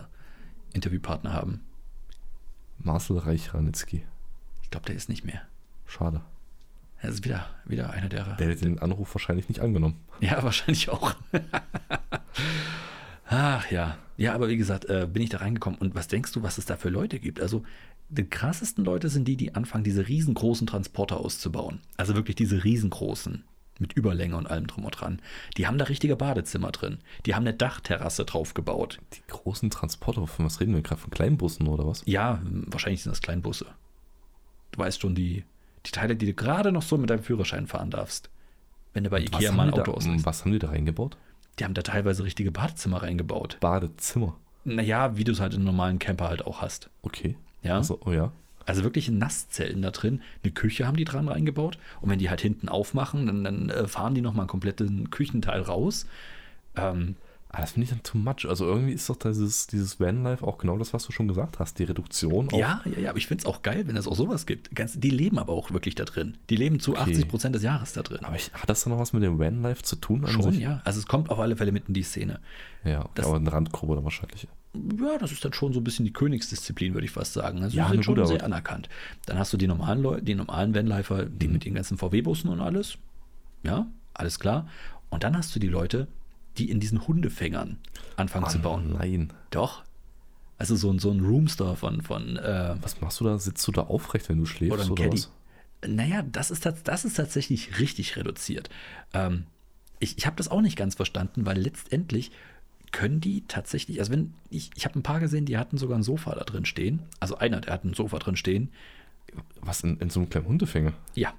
Interviewpartner haben. Marcel Reich-Ranitzky. Ich glaube, der ist nicht mehr. Schade. Er ist wieder, wieder einer derer. Der hätte den Anruf wahrscheinlich nicht angenommen. Ja, wahrscheinlich auch. Ach ja. Ja, aber wie gesagt, äh, bin ich da reingekommen. Und was denkst du, was es da für Leute gibt? Also, die krassesten Leute sind die, die anfangen, diese riesengroßen Transporter auszubauen. Also wirklich diese riesengroßen. Mit Überlänge und allem drum und dran. Die haben da richtige Badezimmer drin. Die haben eine Dachterrasse drauf gebaut. Die großen Transporter, von was reden wir gerade? Von Kleinbussen oder was? Ja, hm, wahrscheinlich sind das Kleinbusse. Du weißt schon, die, die Teile, die du gerade noch so mit deinem Führerschein fahren darfst. Wenn du bei Ikea haben mal ein die Auto da, auslässt. was haben die da reingebaut? Die haben da teilweise richtige Badezimmer reingebaut. Badezimmer. Naja, wie du es halt in einem normalen Camper halt auch hast. Okay. Ja. Also, oh ja. Also wirklich Nasszellen da drin. Eine Küche haben die dran reingebaut. Und wenn die halt hinten aufmachen, dann, dann äh, fahren die nochmal einen kompletten Küchenteil raus. Ähm, Ah, das finde ich dann too much. Also irgendwie ist doch dieses, dieses Vanlife auch genau das, was du schon gesagt hast. Die Reduktion auf ja, ja, ja, aber ich finde es auch geil, wenn es auch sowas gibt. Ganz, die leben aber auch wirklich da drin. Die leben zu Okay. 80 Prozent des Jahres da drin. Aber ich, hat das dann noch was mit dem Vanlife zu tun? An Schon, sich? ja. Also es kommt auf alle Fälle mitten in die Szene. Ja, okay, Das- aber eine Randgruppe dann wahrscheinlich. ja, das ist dann schon so ein bisschen die Königsdisziplin, würde ich fast sagen. Also Ja, die na sind schon gut, sehr aber- anerkannt. Dann hast du die normalen Leute, die normalen Vanlifer, die mit den ganzen VW-Bussen und alles. Ja, alles klar. Und dann hast du die Leute, die in diesen Hundefängern anfangen zu bauen. Nein. Doch. Also so ein, so ein Roomstar von, von äh, Was machst du da? Sitzt du da aufrecht, wenn du schläfst oder oder, ein Caddy. was? Naja, das ist, tats- das ist tatsächlich richtig reduziert. Ähm, ich ich habe das auch nicht ganz verstanden, weil letztendlich können die tatsächlich, also wenn ich, ich habe ein paar gesehen, die hatten sogar ein Sofa da drin stehen. Also einer, der hat ein Sofa drin stehen. Was in, in so einem kleinen Hundefänger? Ja.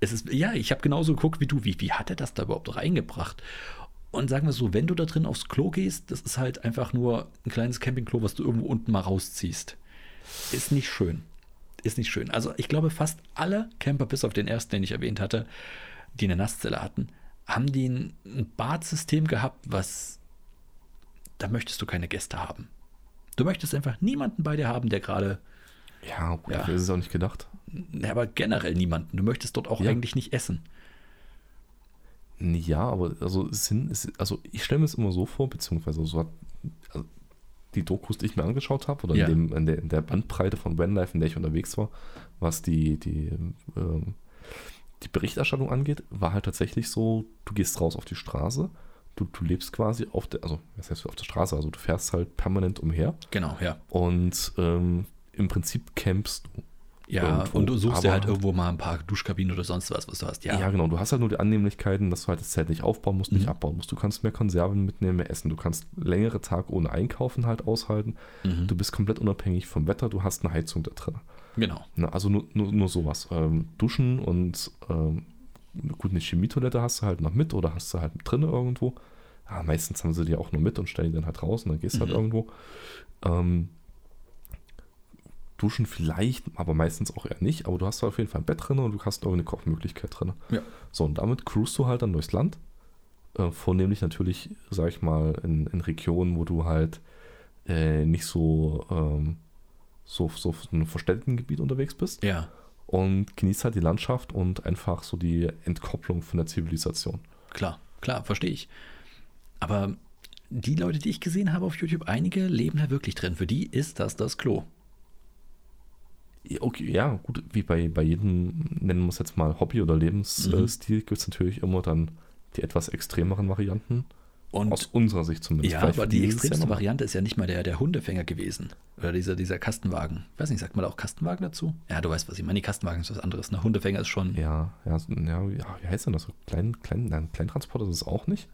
Es ist, ja, ich habe genauso geguckt wie du. Wie, wie hat er das da überhaupt reingebracht? Und sagen wir so, wenn du da drin aufs Klo gehst, das ist halt einfach nur ein kleines Campingklo, was du irgendwo unten mal rausziehst. Ist nicht schön. Ist nicht schön. Also ich glaube, fast alle Camper, bis auf den ersten, den ich erwähnt hatte, die eine Nasszelle hatten, haben die ein, ein Badsystem gehabt, was da möchtest du keine Gäste haben. Du möchtest einfach niemanden bei dir haben, der gerade Ja, gut, Ja. dafür ist es auch nicht gedacht. ja, aber generell niemanden. Du möchtest dort auch Ja. eigentlich nicht essen. Nee, Ja, aber also Sinn ist, also ich stelle mir es immer so vor, beziehungsweise so hat also die Dokus, die ich mir angeschaut habe, oder Ja. in, dem, in, der, in der Bandbreite von Vanlife, in der ich unterwegs war, was die, die, ähm, die Berichterstattung angeht, war halt tatsächlich so, du gehst raus auf die Straße, du, du lebst quasi auf der, also was heißt auf der Straße, also du fährst halt permanent umher Genau, ja. und ähm, im Prinzip campst du. Ja, Irgendwo, und du suchst dir aber- halt irgendwo mal ein paar Duschkabinen oder sonst was, was du hast. Ja, Ja. genau. Du hast halt nur die Annehmlichkeiten, dass du halt das Zelt nicht aufbauen musst, nicht abbauen musst. Du kannst mehr Konserven mitnehmen, mehr essen. Du kannst längere Tage ohne Einkaufen halt aushalten. Mhm. Du bist komplett unabhängig vom Wetter. Du hast eine Heizung da drin. genau. Na, also nur, nur, nur sowas. Ähm, Duschen und ähm, gut, eine Chemietoilette hast du halt noch mit oder hast du halt drin irgendwo. Ja, meistens haben sie die auch nur mit und stellen die dann halt raus und dann gehst du halt irgendwo. Ähm, Duschen vielleicht, aber meistens auch eher nicht. Aber du hast auf jeden Fall ein Bett drin und du hast irgendeine Kochmöglichkeit drin. Ja. So, und damit cruist du halt dann durchs Land. Äh, vornehmlich natürlich, sag ich mal, in, in Regionen, wo du halt äh, nicht so, ähm, so, so auf einem Verständigengebiet unterwegs bist Ja, und genießt halt die Landschaft und einfach so die Entkopplung von der Zivilisation. klar, klar, verstehe ich. Aber die Leute, die ich gesehen habe auf YouTube, einige leben da wirklich drin. Für die ist das das Klo. Ja, Okay, ja, gut, wie bei, bei jedem, nennen wir es jetzt mal Hobby oder Mhm. Lebensstil, gibt es natürlich immer dann die etwas extremeren Varianten. Und aus unserer Sicht zumindest. ja, Vielleicht aber für die ist es ja extremste normal. Variante ist ja nicht mal der, der Hundefänger gewesen. Oder dieser, dieser Kastenwagen. Ich weiß nicht, sagt man da auch Kastenwagen dazu? Ja, du weißt, was ich meine. Die Kastenwagen ist was anderes. Ne? Hundefänger ist schon Ja, ja, so- ja, ja, wie heißt denn das? So klein, klein, nein, Kleintransporter ist es auch nicht.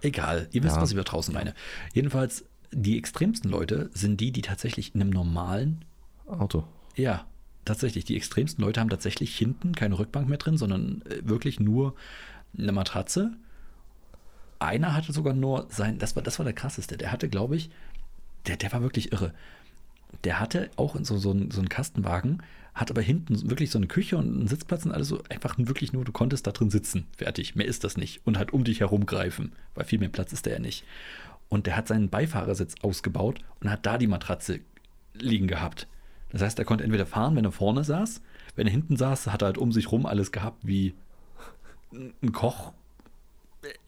Egal, ihr wisst, Ja. was ich da draußen meine. Jedenfalls, die extremsten Leute sind die, die tatsächlich in einem normalen, Auto. ja, tatsächlich, die extremsten Leute haben tatsächlich hinten keine Rückbank mehr drin, sondern äh, wirklich nur eine Matratze. Einer hatte sogar nur sein, das war, das war der krasseste, der hatte, glaube ich, der, der war wirklich irre. Der hatte auch in so, so, einen, so einen Kastenwagen, hat aber hinten wirklich so eine Küche und einen Sitzplatz und alles so einfach wirklich nur, du konntest da drin sitzen. Fertig. Mehr ist das nicht. Und halt um dich herumgreifen, weil viel mehr Platz ist da ja nicht. Und der hat seinen Beifahrersitz ausgebaut und hat da die Matratze liegen gehabt. Das heißt, er konnte entweder fahren, wenn er vorne saß, wenn er hinten saß, hat er halt um sich rum alles gehabt wie ein Koch,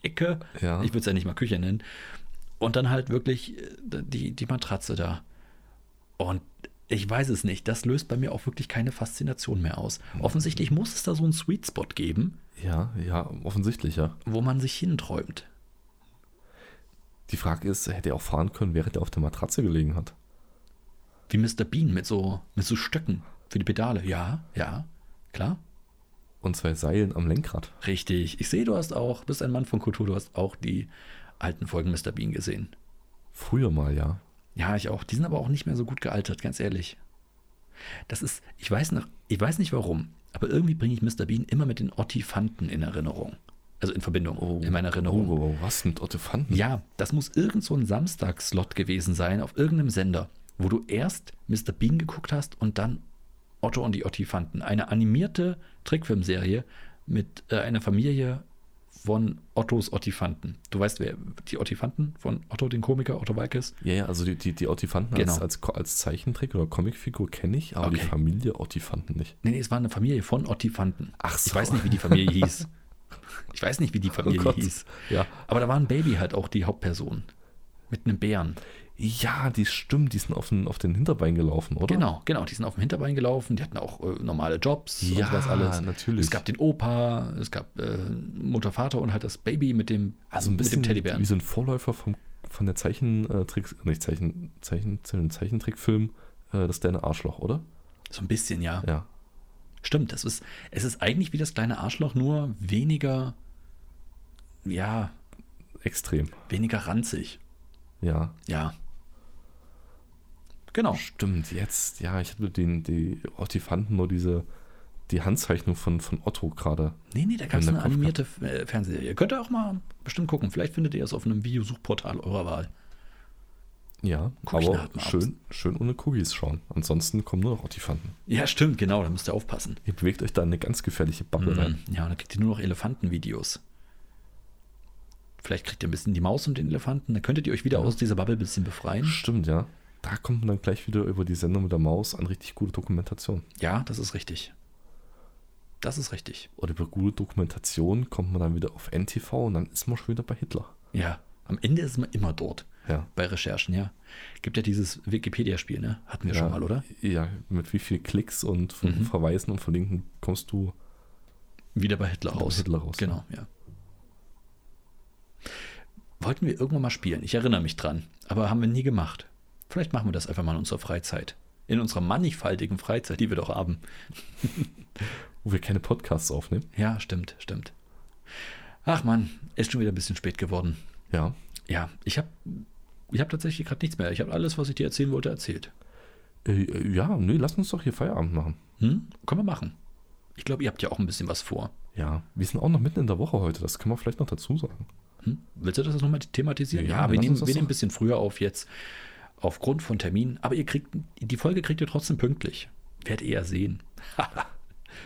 Ecke. Ja. Ich würde es ja nicht mal Küche nennen. Und dann halt wirklich äh, die, die Matratze da. Und ich weiß es nicht. Das löst bei mir auch wirklich keine Faszination mehr aus. Offensichtlich muss es da so einen Sweet Spot geben, Ja, ja, offensichtlich, ja. wo man sich hinträumt. Die Frage ist, hätte er auch fahren können, während er auf der Matratze gelegen hat? Wie Mr. Bean mit so, mit so Stöcken für die Pedale. Ja, ja, klar. Und zwei Seilen am Lenkrad. Richtig. Ich sehe, du hast auch, bist ein Mann von Kultur, du hast auch die alten Folgen Mr. Bean gesehen. Früher mal, ja. Ja, ich auch. Die sind aber auch nicht mehr so gut gealtert, ganz ehrlich. Das ist, ich weiß noch, ich weiß nicht warum, aber irgendwie bringe ich Mr. Bean immer mit den Ottifanten in Erinnerung. Also in Verbindung, in meiner Erinnerung. Oh, was mit Ottefanten? Ja, das muss irgend so ein Samstagslot gewesen sein auf irgendeinem Sender, wo du erst Mr. Bean geguckt hast und dann Otto und die Ottifanten. Eine animierte Trickfilmserie mit äh, einer Familie von Ottos Ottifanten. Du weißt, wer die Ottifanten von Otto, den Komiker Otto Walkes? Ja, ja, also die, die, die Ottifanten Genau. als, als, Ko- als Zeichentrick oder Comicfigur kenne ich, aber die Okay. Familie Ottifanten nicht. Nee, nee, es war eine Familie von Ottifanten. Ach so. Oh Ich weiß nicht, wie die Familie hieß. Ich weiß nicht, wie die Familie Gott. hieß. Ja. Aber da war ein Baby halt auch die Hauptperson. Mit einem Bären. Ja, die stimmt, die sind auf den, auf den Hinterbein gelaufen, oder? Genau, genau. Die sind auf dem Hinterbein gelaufen, die hatten auch äh, normale Jobs Ja, und sowas alles. natürlich. Es gab den Opa, es gab äh, Mutter, Vater und halt das Baby mit dem, Also ein bisschen mit dem Teddybären. wie so ein Vorläufer vom, von der Zeichentrick, nicht Zeichen, Zeichen, Zeichen, Zeichentrickfilm, äh, das kleine Arschloch, oder? so ein bisschen, ja. Ja. Stimmt, das ist, es ist eigentlich wie das kleine Arschloch, nur weniger, ja, Extrem. weniger ranzig. Ja. Ja. Genau. Stimmt, jetzt, ja, ich hatte den, die Ottifanten nur diese, die Handzeichnung von, von Otto gerade. Nee, nee, da gab es Wenn eine der Kopf animierte äh, Fernsehserie. Könnt ihr auch mal bestimmt gucken. Vielleicht findet ihr es auf einem Videosuchportal eurer Wahl. Ja, Guck ich aber nachher mal schön, schön ohne Cookies schauen. Ansonsten kommen nur noch Ottifanten. Ja, stimmt, genau, da müsst ihr aufpassen. Ihr bewegt euch da in eine ganz gefährliche Bubble rein. Mhm. Ja, und dann kriegt ihr nur noch Elefantenvideos. Vielleicht kriegt ihr ein bisschen die Maus und den Elefanten. Dann könntet ihr euch wieder Ja. aus dieser Bubble ein bisschen befreien. Stimmt, ja. Da kommt man dann gleich wieder über die Sendung mit der Maus an richtig gute Dokumentation. Ja, das ist richtig. Das ist richtig. Oder über gute Dokumentation kommt man dann wieder auf NTV und dann ist man schon wieder bei Hitler. Ja. Am Ende ist man immer dort. Ja. Bei Recherchen, ja. Gibt ja dieses Wikipedia-Spiel, ne? Hatten wir schon ja, mal, oder? Mhm. Ja, mit wie viel Klicks und von Verweisen und Verlinken kommst du Wieder bei Hitler raus. Hitler raus, Genau, ja. Wollten wir irgendwann mal spielen? Ich erinnere mich dran, aber haben wir nie gemacht. Vielleicht machen wir das einfach mal in unserer Freizeit. In unserer mannigfaltigen Freizeit, die wir doch haben. wo wir keine Podcasts aufnehmen. Ja, stimmt, stimmt. Ach man, ist schon wieder ein bisschen spät geworden. Ja. Ja, ich habe ich hab tatsächlich gerade nichts mehr. Ich habe alles, was ich dir erzählen wollte, erzählt. Äh, äh, ja, nee, lass uns doch hier Feierabend machen. Hm? Können wir machen. Ich glaube, ihr habt ja auch ein bisschen was vor. Ja. Wir sind auch noch mitten in der Woche heute, das kann man vielleicht noch dazu sagen. Hm? Willst du das nochmal thematisieren? Ja, Ja, dann wir, lass nehmen, uns das wir nehmen ein doch. bisschen früher auf jetzt, aufgrund von Terminen. Aber ihr kriegt, die Folge kriegt ihr trotzdem pünktlich. Werdet ihr ja sehen.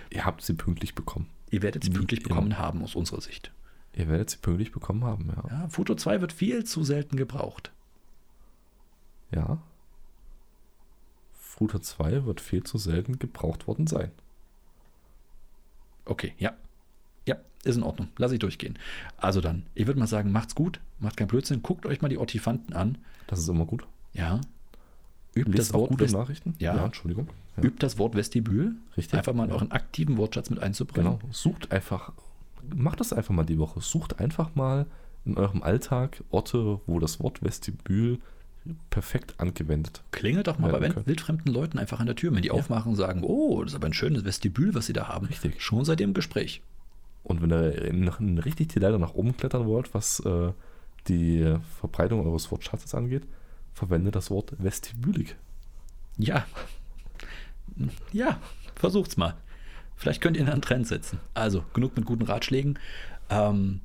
Ihr habt sie pünktlich bekommen. ihr werdet sie Wie pünktlich immer. bekommen haben, aus unserer Sicht. Ihr werdet sie pünktlich bekommen haben, ja. Ja, Foto 2 wird viel zu selten gebraucht. Ja. Fruta 2 wird viel zu selten gebraucht worden sein. Okay, ja. Ja, ist in Ordnung. Lass ich durchgehen. Also dann, ich würde mal sagen, macht's gut, macht kein Blödsinn, guckt euch mal die Ottifanten an. Das ist immer gut. Ja. Übt Lest das, auch Wort gute West- Nachrichten. Ja. Entschuldigung. Ja. übt das Wort Vestibül. Richtig. Einfach mal in Ja. euren aktiven Wortschatz mit einzubringen. Genau. Sucht einfach, macht das einfach mal die Woche. Sucht einfach mal in eurem Alltag Orte, wo das Wort Vestibül perfekt angewendet. Klingelt doch mal Ja, bei okay. wildfremden Leuten einfach an der Tür, wenn die aufmachen und sagen, oh, das ist aber ein schönes Vestibül, was sie da haben. Richtig. Schon seit dem Gespräch. Und wenn ihr in, in richtig die Leiter nach oben klettern wollt, was äh, die Verbreitung eures Wortschatzes angeht, verwendet das Wort vestibulig. Ja. Ja, Versucht's mal. Vielleicht könnt ihr einen Trend setzen. Also, genug mit guten Ratschlägen. Ähm,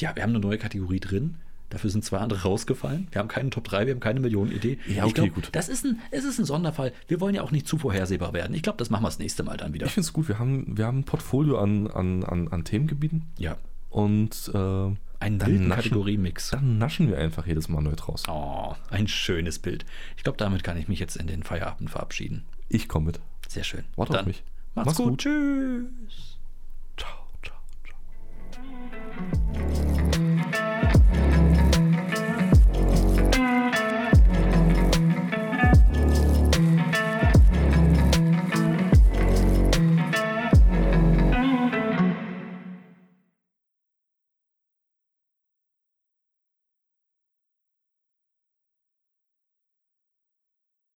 ja, wir haben eine neue Kategorie drin. Dafür sind zwei andere rausgefallen. Wir haben keine Top 3, wir haben keine Millionenidee. Ja, ich okay, glaub, gut. Das ist ein, es ist ein Sonderfall. Wir wollen ja auch nicht zu vorhersehbar werden. Ich glaube, das machen wir das nächste Mal dann wieder. Ich finde es gut, wir haben, wir haben ein Portfolio an, an, an, an Themengebilden Ja, und äh, einen Dann wilden naschen. Kategoriemix. dann naschen wir einfach jedes Mal neu draus. Oh, ein schönes Bild. Ich glaube, damit kann ich mich jetzt in den Feierabend verabschieden. Ich komme mit. Sehr schön. Warte auf Dann mich. Macht's, Mach's gut. gut. Tschüss.